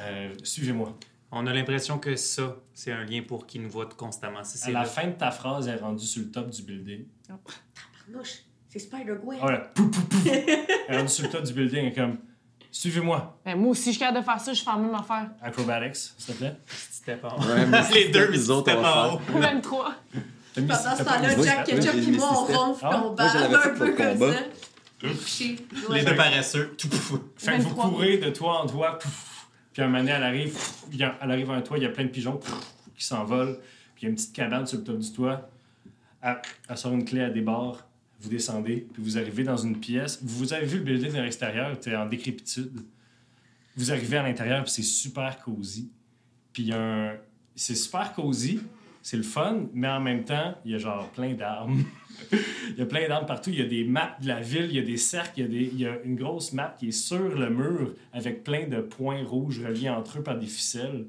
[SPEAKER 1] Euh, Suivez-moi.
[SPEAKER 5] On a l'impression que ça, c'est un lien pour qui nous vote constamment. Si
[SPEAKER 1] À
[SPEAKER 5] c'est
[SPEAKER 1] la
[SPEAKER 5] le-
[SPEAKER 1] fin de ta phrase, elle est rendue sur le top du building.
[SPEAKER 3] Tabarnouche, C'est Spider-Gwen.
[SPEAKER 6] Ah,
[SPEAKER 1] Voilà. Pouf, pouf,
[SPEAKER 3] [LAUGHS]
[SPEAKER 1] pouf. Elle est rendue sur le top du building, elle est comme Suivez-moi,
[SPEAKER 2] Ben, moi aussi, je suis capable de faire ça, je fais la même affaire.
[SPEAKER 1] Acrobatics, s'il te plaît.
[SPEAKER 5] Step [LAUGHS] en haut.
[SPEAKER 6] Ouais, mais
[SPEAKER 5] Les deux,
[SPEAKER 6] les
[SPEAKER 5] les
[SPEAKER 6] autres,
[SPEAKER 5] autres,
[SPEAKER 6] on va faire.
[SPEAKER 2] Ou même trois.
[SPEAKER 1] T'as mis-
[SPEAKER 3] Pendant ce
[SPEAKER 1] t'as pas mis
[SPEAKER 3] temps-là,
[SPEAKER 1] le
[SPEAKER 6] Jack
[SPEAKER 1] step,
[SPEAKER 3] Jack,
[SPEAKER 1] là.
[SPEAKER 3] Chuck
[SPEAKER 6] oui,
[SPEAKER 3] et moi, on
[SPEAKER 6] oui,
[SPEAKER 3] ronfle
[SPEAKER 1] oui.
[SPEAKER 3] puis
[SPEAKER 6] Ah,
[SPEAKER 3] on
[SPEAKER 6] moi, je l'avais
[SPEAKER 3] balle
[SPEAKER 6] fait
[SPEAKER 3] un peu
[SPEAKER 6] pour
[SPEAKER 3] comme
[SPEAKER 6] combat.
[SPEAKER 3] ça. Couché.
[SPEAKER 5] Les
[SPEAKER 3] Ouais.
[SPEAKER 5] deux paresseux. Tout pouf.
[SPEAKER 1] Fait que vous
[SPEAKER 2] 23.
[SPEAKER 1] courez de toi en toi, pouf. puis à un moment donné, elle arrive, pouf. Il y a- elle arrive à un toit, il y a plein de pigeons pouf, qui s'envolent, puis il y a une petite cabane sur le top du toit. Elle, elle sort une clé à des barres, vous descendez, puis vous arrivez dans une pièce. Vous avez vu le building de l'extérieur, c'était en décrépitude. Vous arrivez à l'intérieur, puis c'est super cosy. Puis il y a un... c'est super cosy, c'est le fun, mais en même temps, il y a genre plein d'armes. il y a plein d'armes partout. Il y a des maps de la ville, il y a des cercles, il y a, des, il y a une grosse map qui est sur le mur avec plein de points rouges reliés entre eux par des ficelles.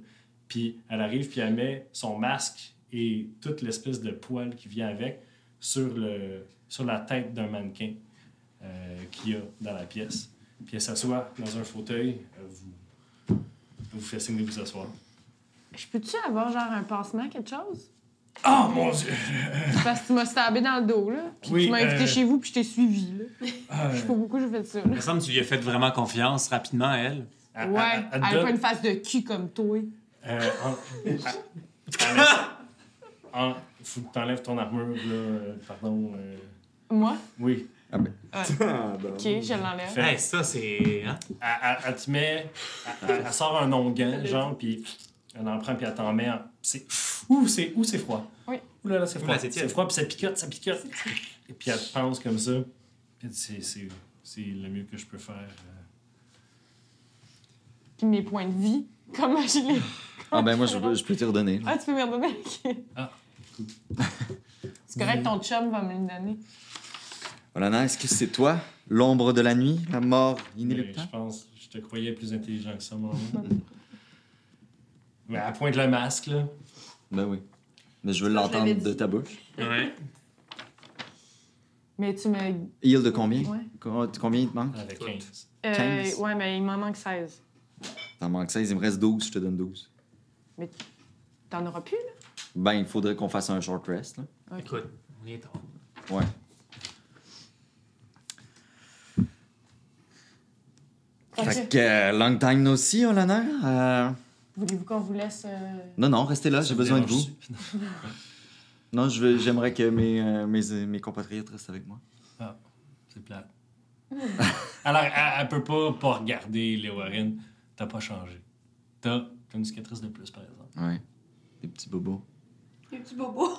[SPEAKER 1] Puis elle arrive, puis elle met son masque et toute l'espèce de poil qui vient avec sur, le, sur la tête d'un mannequin euh, qu'il y a dans la pièce. Puis elle s'assoit dans un fauteuil. Elle vous, elle vous fait signe de vous asseoir.
[SPEAKER 2] Je peux-tu avoir genre un pansement, quelque chose?
[SPEAKER 1] Oh mon dieu!
[SPEAKER 2] Parce que tu m'as stabé dans le dos, là. Puis
[SPEAKER 1] Oui,
[SPEAKER 2] tu m'as invité
[SPEAKER 1] euh,
[SPEAKER 2] chez vous, puis je t'ai suivi, là.
[SPEAKER 1] Ah,
[SPEAKER 2] Je sais pas pourquoi j'ai fait ça,
[SPEAKER 5] Il
[SPEAKER 2] là.
[SPEAKER 5] me semble que tu lui as fait vraiment confiance rapidement à elle.
[SPEAKER 1] elle- elle-
[SPEAKER 2] ouais,
[SPEAKER 1] elle- elle
[SPEAKER 2] elle a
[SPEAKER 1] donne-
[SPEAKER 2] pas une face de cul comme toi.
[SPEAKER 1] Euh, en-
[SPEAKER 6] [LAUGHS]
[SPEAKER 1] à- à- en- faut que t'enlèves ton armure, là. euh, pardon. euh,
[SPEAKER 2] Moi?
[SPEAKER 1] oui.
[SPEAKER 4] Ah,
[SPEAKER 5] ben,
[SPEAKER 4] bon.
[SPEAKER 2] OK, je l'enlève.
[SPEAKER 1] Fait-
[SPEAKER 5] Hey, ça, c'est. hein?
[SPEAKER 1] Elle, elle- elle te met. Elle, elle- elle sort un onguent, genre, puis elle en prend, puis elle t'en met. en- C'est. Ouh, c'est, ouh, c'est froid.
[SPEAKER 2] Oui.
[SPEAKER 1] Ouh là là, c'est
[SPEAKER 5] Ouh
[SPEAKER 1] froid.
[SPEAKER 5] là, c'est
[SPEAKER 1] c'est,
[SPEAKER 5] tiède.
[SPEAKER 1] froid, puis ça picote, ça picote. Et puis elle te pense comme ça. Puis elle dit, C'est, c'est, c'est le mieux que je peux faire. euh.
[SPEAKER 2] Puis mes points de vie, comment je
[SPEAKER 5] [LAUGHS]
[SPEAKER 2] les...
[SPEAKER 6] Ah ben moi, je, peux- je peux t'y redonner. là.
[SPEAKER 2] Ah, tu peux me redonner? OK.
[SPEAKER 1] Ah,
[SPEAKER 2] [LAUGHS] C'est correct, ton chum va me le donner.
[SPEAKER 6] Olana, est-ce que c'est toi, l'ombre de la nuit, la mort
[SPEAKER 1] Mais
[SPEAKER 6] inéluctable?
[SPEAKER 1] je pense, je te croyais plus intelligent que ça, mon ami. Mais elle pointe le masque, là.
[SPEAKER 6] Ben oui. Mais je veux
[SPEAKER 3] Ça, je l'avais
[SPEAKER 6] l'entendre de
[SPEAKER 3] dit.
[SPEAKER 6] ta bouche.
[SPEAKER 5] Ouais.
[SPEAKER 2] Mais tu me... euh,
[SPEAKER 6] Heal de combien?
[SPEAKER 2] Ouais.
[SPEAKER 6] Co- Combien il te manque?
[SPEAKER 1] Avec
[SPEAKER 5] Tout.
[SPEAKER 1] 15.
[SPEAKER 2] Euh,
[SPEAKER 6] 15.
[SPEAKER 2] ouais, mais il m'en manque 16.
[SPEAKER 6] T'en manques 16, il me reste 12, je te donne 12.
[SPEAKER 2] T'en auras plus, là?
[SPEAKER 6] Ben, il faudrait qu'on fasse un short rest, là.
[SPEAKER 5] Écoute, on y est tard.
[SPEAKER 6] Ouais. Fait
[SPEAKER 2] Ok.
[SPEAKER 6] que, euh, long time no see, Olana. Euh,
[SPEAKER 2] Voulez-vous qu'on vous laisse... euh,
[SPEAKER 6] Non, non, restez là, j'ai besoin de vous. Non, je veux- j'aimerais que mes, euh, mes, mes compatriotes restent avec moi.
[SPEAKER 1] C'est plate. [LAUGHS] Alors, elle, elle peut pas, pas regarder les Warren. T'as pas changé. T'as t'as une cicatrice de plus, par exemple.
[SPEAKER 6] Ouais. Des petits bobos.
[SPEAKER 3] Les petits bobos.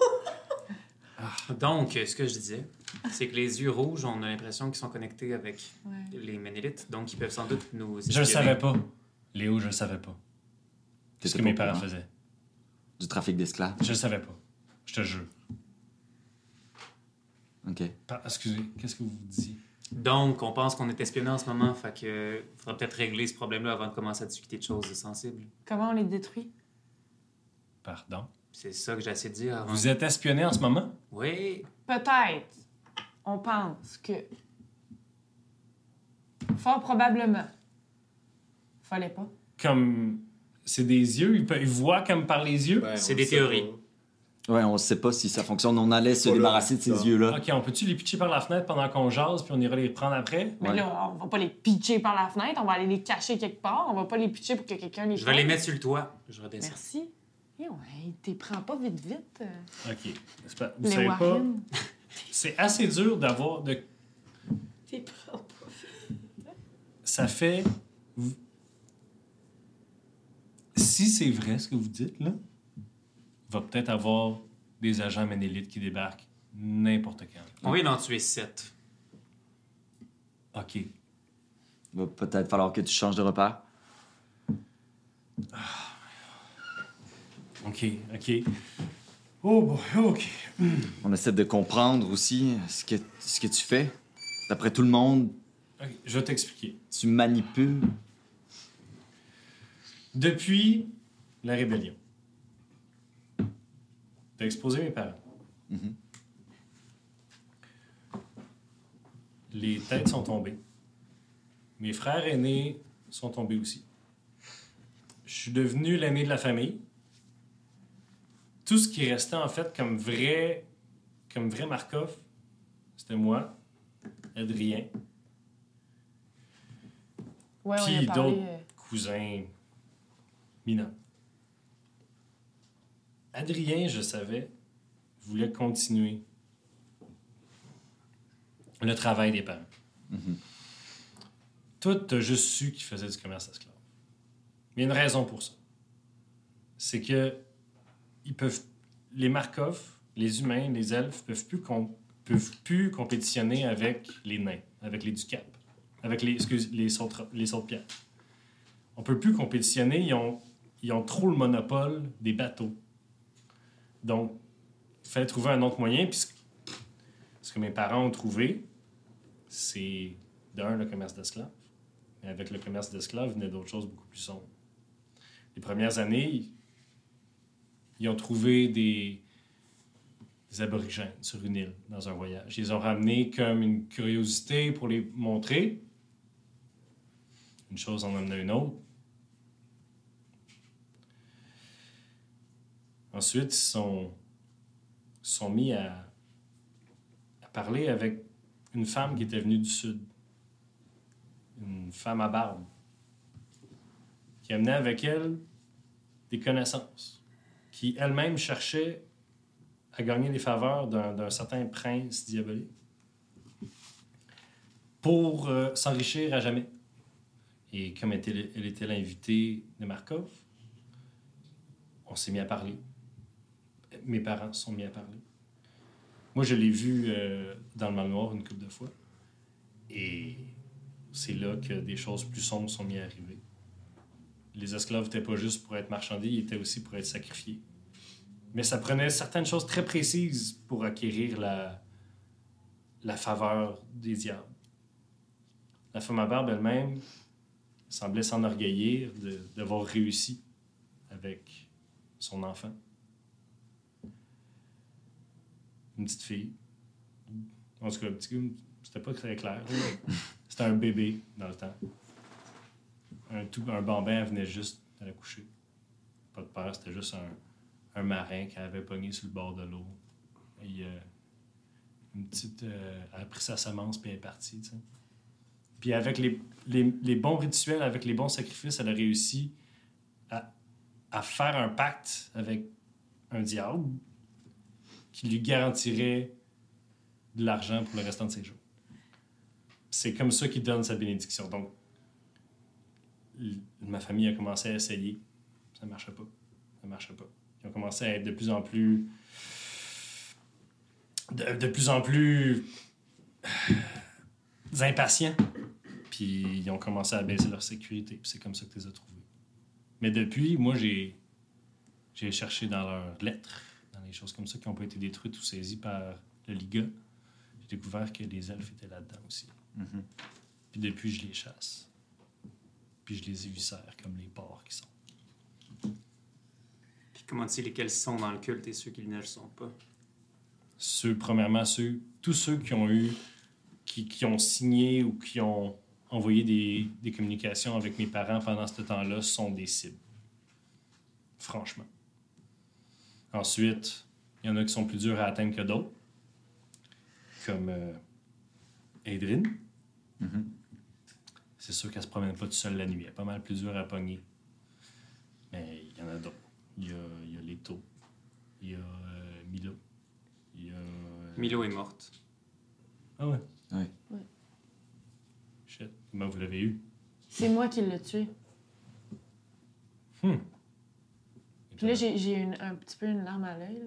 [SPEAKER 5] Donc, euh, ce que je disais, c'est que les yeux rouges, on a l'impression qu'ils sont connectés avec
[SPEAKER 2] Ouais.
[SPEAKER 5] les Ménélites, donc ils peuvent sans doute nous.
[SPEAKER 1] Je le
[SPEAKER 5] espionner.
[SPEAKER 1] savais pas. Léo, je le savais pas. C'est ce
[SPEAKER 6] T'étais
[SPEAKER 1] que
[SPEAKER 6] pas
[SPEAKER 1] mes
[SPEAKER 6] au
[SPEAKER 1] parents
[SPEAKER 6] courant
[SPEAKER 1] faisaient.
[SPEAKER 6] Du trafic d'esclaves.
[SPEAKER 1] Je le savais pas. Je te jure.
[SPEAKER 6] Ok.
[SPEAKER 1] Par- Excusez, qu'est-ce que vous dites?
[SPEAKER 5] Donc, on pense qu'on est espionné en ce moment, fait que euh, faudrait peut-être régler ce problème-là avant de commencer à discuter de choses sensibles.
[SPEAKER 2] Comment on les détruit?
[SPEAKER 1] Pardon.
[SPEAKER 5] C'est ça que j'ai essayé de dire avant.
[SPEAKER 1] Vous êtes espionné en ce moment?
[SPEAKER 5] Oui,
[SPEAKER 2] Peut-être. On pense que. Fort probablement. Fallait pas.
[SPEAKER 1] Comme. C'est des yeux, ils, peuvent- ils voient comme par les yeux?
[SPEAKER 4] Ben,
[SPEAKER 5] C'est
[SPEAKER 4] on
[SPEAKER 5] des
[SPEAKER 4] sait
[SPEAKER 5] théories.
[SPEAKER 4] pas.
[SPEAKER 6] Ouais, on sait pas si ça fonctionne. On allait se
[SPEAKER 4] Pas là,
[SPEAKER 6] débarrasser de ces
[SPEAKER 4] ça.
[SPEAKER 6] yeux-là.
[SPEAKER 1] Ok, on peut-tu les pitcher par la fenêtre pendant qu'on jase, puis on ira les reprendre après?
[SPEAKER 2] Mais
[SPEAKER 6] Ouais.
[SPEAKER 2] là, on va pas les pitcher par la fenêtre, on va aller les cacher quelque part, on va pas les pitcher pour que quelqu'un les
[SPEAKER 5] je vais les
[SPEAKER 2] prenne.
[SPEAKER 5] mettre sur le toit. Je redescends.
[SPEAKER 2] Merci. Eh ouais, t'es prends pas vite, vite. euh,
[SPEAKER 1] Ok. C'est pas- Vous
[SPEAKER 2] les
[SPEAKER 1] savez pas?
[SPEAKER 2] Warren.
[SPEAKER 1] C'est assez dur d'avoir de
[SPEAKER 3] T'es propre.
[SPEAKER 1] ça fait. vous- Si c'est vrai ce que vous dites, là, il va peut-être avoir des agents ménélites qui débarquent n'importe quand.
[SPEAKER 5] On vient d'en tuer sept.
[SPEAKER 1] OK.
[SPEAKER 6] Va peut-être falloir que tu changes de repère.
[SPEAKER 1] OK. OK. Oh, boy, OK.
[SPEAKER 6] On essaie de comprendre aussi ce que, ce que tu fais. D'après tout le monde,
[SPEAKER 1] OK, Je vais t'expliquer.
[SPEAKER 6] tu manipules.
[SPEAKER 1] Depuis la rébellion, t'as exposé mes parents.
[SPEAKER 6] Mhm.
[SPEAKER 1] Les têtes sont tombées. Mes frères aînés sont tombés aussi. Je suis devenu l'aîné de la famille. Tout ce qui restait en fait comme vrai, comme vrai Markov, c'était moi, Adrien,
[SPEAKER 2] Ouais, on
[SPEAKER 1] Puis
[SPEAKER 2] y a parlé. euh,
[SPEAKER 1] d'autres- cousin Mina. Adrien, je savais, voulait continuer le travail des parents. Toi, t'as juste su qu'il faisait du commerce esclave. Mais il y a une raison pour ça. C'est que ils peuvent, les Markov, les humains, les elfes, peuvent plus, com- peuvent plus compétitionner avec les nains, avec les ducats, avec les, excuse, les, sautre- les sautes-pierres on peut plus compétitionner. Ils ont, ils ont trop le monopole des bateaux. Donc, il fallait trouver un autre moyen. Puis ce- ce que mes parents ont trouvé, c'est d'un, le commerce d'esclaves. Mais avec le commerce d'esclaves venaient d'autres choses beaucoup plus sombres. Les premières années, ils ont trouvé des, des aborigènes sur une île dans un voyage. Ils les ont ramenés comme une curiosité pour les montrer. Une chose en amenait une autre. Ensuite, ils sont, sont mis à, à parler avec une femme qui était venue du Sud. Une femme à barbe. Qui amenait avec elle des connaissances. Qui elle-même cherchait à gagner les faveurs d'un d'un certain prince diabolique. Pour euh, s'enrichir à jamais. Et comme était- elle était l'invitée de Markov, on s'est mis à parler. Mes parents se sont mis à parler. Moi, je l'ai vu euh, dans le Mal Noir une couple de fois. Et c'est là que des choses plus sombres sont mises à arriver. Les esclaves n'étaient pas juste pour être marchandés, ils étaient aussi pour être sacrifiés. Mais ça prenait certaines choses très précises pour acquérir la, la faveur des diables. La femme à barbe elle-même semblait s'enorgueillir de- d'avoir réussi avec son enfant. Une petite fille. En tout cas, un petit c'était pas très clair. mais C'était un bébé dans le temps. Un, tout, un bambin elle venait juste de la coucher. Pas de père, c'était juste un, un marin qui avait pogné sur le bord de l'eau. Et euh, une petite. euh, elle a pris sa semence puis elle est partie. tu sais. Puis avec les, les- les bons rituels, avec les bons sacrifices, elle a réussi à, à faire un pacte avec un diable qui lui garantirait de l'argent pour le restant de ses jours. C'est comme ça qu'il donne sa bénédiction. Donc, l- ma famille a commencé à essayer. Ça ne marchait pas. Ça marchait pas. Ils ont commencé à être de plus en plus. de, de plus en plus. [SIGHS] impatients. Puis ils ont commencé à baisser leur sécurité. Puis c'est comme ça que tu les as trouvés. Mais depuis, moi, j'ai. J'ai cherché dans leurs lettres, dans les choses comme ça qui n'ont pas été détruites ou saisies par le Liga. J'ai découvert que les elfes étaient là-dedans aussi.
[SPEAKER 6] Mhm.
[SPEAKER 1] Puis depuis, je les chasse. Puis je les éviscère comme les porcs qui sont.
[SPEAKER 5] Puis comment tu sais lesquels sont dans le culte et ceux qui ne le sont pas?
[SPEAKER 1] Ceux, premièrement, ceux, tous ceux qui ont eu, qui, qui ont signé ou qui ont envoyé des, des communications avec mes parents pendant ce temps-là sont des cibles. Franchement. Ensuite, il y en a qui sont plus durs à atteindre que d'autres, comme euh, Adrine. C'est sûr qu'elle se promène pas toute seule la nuit. Elle est pas mal plus dure à pogner. Mais il y en a d'autres. Il y a, il y a Leto. Il y a euh, Milo. Il y a. euh,
[SPEAKER 5] Milo est morte.
[SPEAKER 1] Ah ouais?
[SPEAKER 6] Ouais.
[SPEAKER 2] Ouais.
[SPEAKER 1] Shit. Comment vous l'avez eu?
[SPEAKER 2] C'est moi qui l'ai tué. Puis là, j'ai j'ai une- un petit peu une larme à l'œil. là.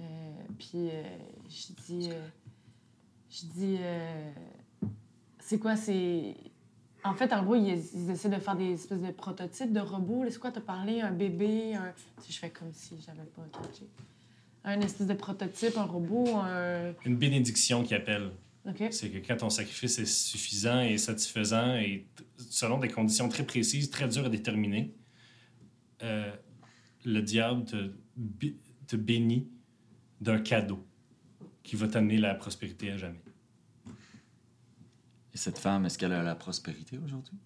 [SPEAKER 2] Euh, puis euh, je dis, euh, je dis, euh, c'est quoi, c'est... En fait, en gros, ils, ils essaient de faire des espèces de prototypes de robots. là. C'est quoi, t'as parlé, un bébé, un... Tu sais, je fais comme si j'avais pas catché. Un espèce de prototype, un robot, un...
[SPEAKER 1] Une bénédiction qui appelle.
[SPEAKER 2] OK.
[SPEAKER 1] C'est que quand ton sacrifice est suffisant et satisfaisant et t- selon des conditions très précises, très dures à déterminer, euh, le diable te, bé- te bénit d'un cadeau qui va t'amener la prospérité à jamais.
[SPEAKER 6] Et cette femme, est-ce qu'elle a la prospérité aujourd'hui?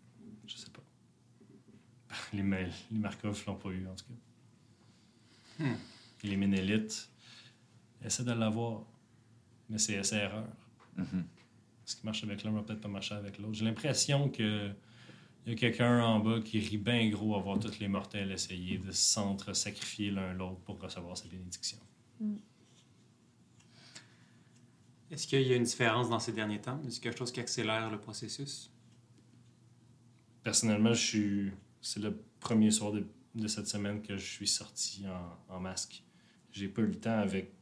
[SPEAKER 1] Je sais pas. [LAUGHS] Les, Ma- les Markov l'ont pas eu, en tout cas.
[SPEAKER 5] Hmm.
[SPEAKER 1] Et les Ménélites essaient de l'avoir, mais c'est essai erreur.
[SPEAKER 6] Mhm.
[SPEAKER 1] Ce qui marche avec l'un va peut-être pas marcher avec l'autre. J'ai l'impression que il y a quelqu'un en bas qui rit bien gros à voir tous les mortels essayer de s'entre-sacrifier l'un l'autre pour recevoir sa bénédiction.
[SPEAKER 5] Est-ce qu'il y a une différence dans ces derniers temps? Est-ce quelque chose qui accélère le processus?
[SPEAKER 1] Personnellement, je suis. C'est le premier soir de, de cette semaine que je suis sorti en, en masque. J'ai pas eu le temps avec.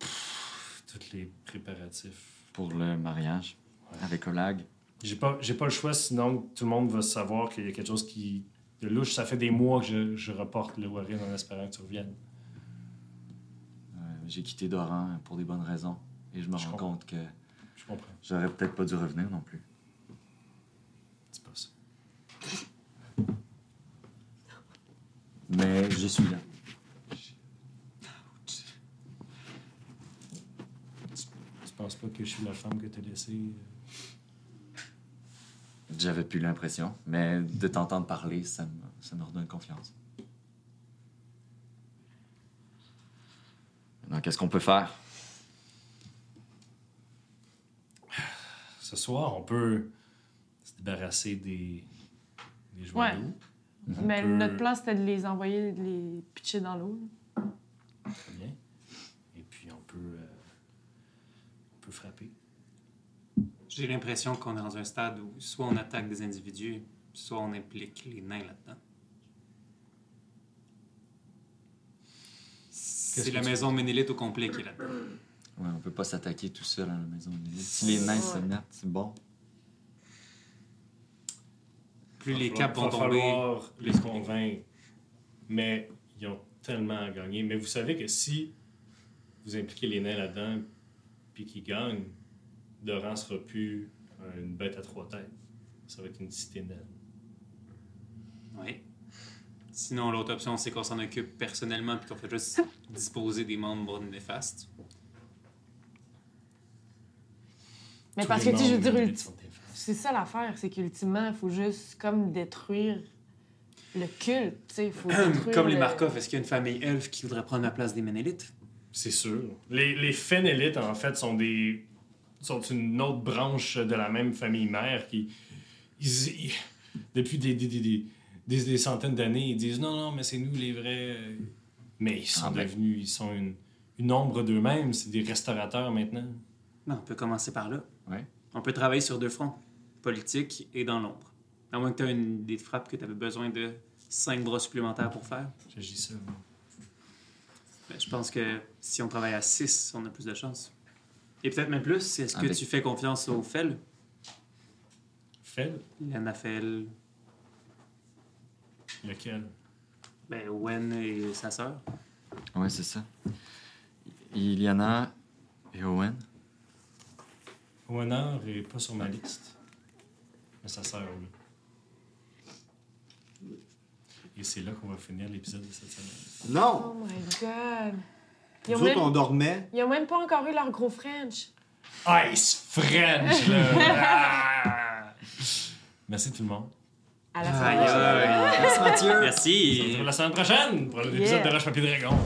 [SPEAKER 1] Pff, Tous les préparatifs.
[SPEAKER 6] Pour le mariage avec Olag.
[SPEAKER 1] J'ai pas, j'ai pas le choix, sinon tout le monde va savoir qu'il y a quelque chose qui. de louche. Ça fait des mois que je, je reporte le Warren en espérant que tu reviennes.
[SPEAKER 6] Euh, J'ai quitté Doran pour des bonnes raisons. Et je me
[SPEAKER 1] Je
[SPEAKER 6] rends
[SPEAKER 1] comprends.
[SPEAKER 6] compte que
[SPEAKER 1] Je comprends.
[SPEAKER 6] j'aurais peut-être pas dû revenir non plus.
[SPEAKER 1] Dis pas ça.
[SPEAKER 6] Mais je suis là.
[SPEAKER 1] Tu penses pas que je suis la femme que t'as laissée? euh?
[SPEAKER 6] J'avais plus l'impression, mais de t'entendre parler, ça me, ça me redonne confiance. Maintenant, qu'est-ce qu'on peut faire?
[SPEAKER 1] Ce soir, on peut se débarrasser des, des joyaux.
[SPEAKER 2] Ouais. Mais
[SPEAKER 1] On peut-
[SPEAKER 2] notre plan, c'était de les envoyer, de les pitcher dans l'eau.
[SPEAKER 1] Très bien. Et puis, on peut, euh, on peut frapper.
[SPEAKER 5] J'ai l'impression qu'on est dans un stade où soit on attaque des individus, soit on implique les nains là-dedans. C'est
[SPEAKER 1] que
[SPEAKER 5] la
[SPEAKER 1] tu-
[SPEAKER 5] maison Ménélite au complet qui est là-dedans.
[SPEAKER 6] Ouais, on peut pas s'attaquer tout seul à la maison. Si les nains se mettent, c'est bon.
[SPEAKER 5] Plus les
[SPEAKER 1] Va
[SPEAKER 5] caps vont
[SPEAKER 1] falloir- va
[SPEAKER 5] tomber.
[SPEAKER 1] falloir
[SPEAKER 5] plus
[SPEAKER 1] les convaincre. Mais ils ont tellement à gagner. Mais vous savez que si vous impliquez les nains là-dedans, puis qu'ils gagnent, Doran sera plus une bête à trois têtes. Ça va être une citadelle.
[SPEAKER 5] Oui. Sinon, l'autre option, c'est qu'on s'en occupe personnellement puis qu'on fait juste disposer des membres néfastes.
[SPEAKER 2] Mais
[SPEAKER 1] Tous
[SPEAKER 2] parce que,
[SPEAKER 1] les
[SPEAKER 2] tu sais, je veux
[SPEAKER 1] membres
[SPEAKER 2] dire,
[SPEAKER 1] de
[SPEAKER 2] ulti-
[SPEAKER 1] l'élite sont efficaces.
[SPEAKER 2] c'est ça l'affaire, c'est qu'ultimement, il faut juste comme détruire le culte, tu sais, faut détruire
[SPEAKER 5] Comme les
[SPEAKER 2] le-
[SPEAKER 5] Markov, est-ce qu'il y a une famille elfe qui voudrait prendre la place des Ménélites?
[SPEAKER 1] C'est sûr. Les, les Fénélites, en fait, sont des sont une autre branche de la même famille mère qui. ils- ils- depuis des, des, des- des- des- des centaines d'années, ils disent non, non, mais c'est nous les vrais. euh. Mais ils sont
[SPEAKER 6] Ah, ben.
[SPEAKER 1] devenus. Ils sont une, une ombre d'eux-mêmes. C'est des restaurateurs maintenant.
[SPEAKER 5] Non, on peut commencer par là.
[SPEAKER 6] Ouais.
[SPEAKER 5] On peut travailler sur deux fronts, politique et dans l'ombre. À moins que tu aies une des frappes que tu avais besoin de cinq bras supplémentaires pour faire.
[SPEAKER 1] Je dis ça.
[SPEAKER 5] Ben, je pense que si on travaille à 6, on a plus de chances. Et peut-être même plus, est-ce que
[SPEAKER 6] Avec-
[SPEAKER 5] tu fais confiance au FEL,
[SPEAKER 1] Fed,
[SPEAKER 5] l'ANAFEL,
[SPEAKER 1] lequel
[SPEAKER 5] ben, Wen et sa sœur?
[SPEAKER 6] Ouais, c'est ça. Il y en a et Owen.
[SPEAKER 1] Honor est pas sur ma liste. Mais ça sert, oui. Et c'est là qu'on va finir l'épisode de cette semaine.
[SPEAKER 4] Non!
[SPEAKER 2] Oh my God! Ils
[SPEAKER 4] Nous
[SPEAKER 2] ont,
[SPEAKER 4] autres,
[SPEAKER 2] même...
[SPEAKER 4] on [LAUGHS] dormait.
[SPEAKER 2] ils ont même pas encore eu leur gros French.
[SPEAKER 1] Ice French, là! Ah! Merci tout le monde.
[SPEAKER 2] À la
[SPEAKER 5] Aïe, aïe.
[SPEAKER 4] Merci, Mathieu.
[SPEAKER 1] On se
[SPEAKER 5] Merci!
[SPEAKER 1] retrouve la semaine prochaine pour l'épisode
[SPEAKER 2] Yeah.
[SPEAKER 1] de Roche Papier Dragon.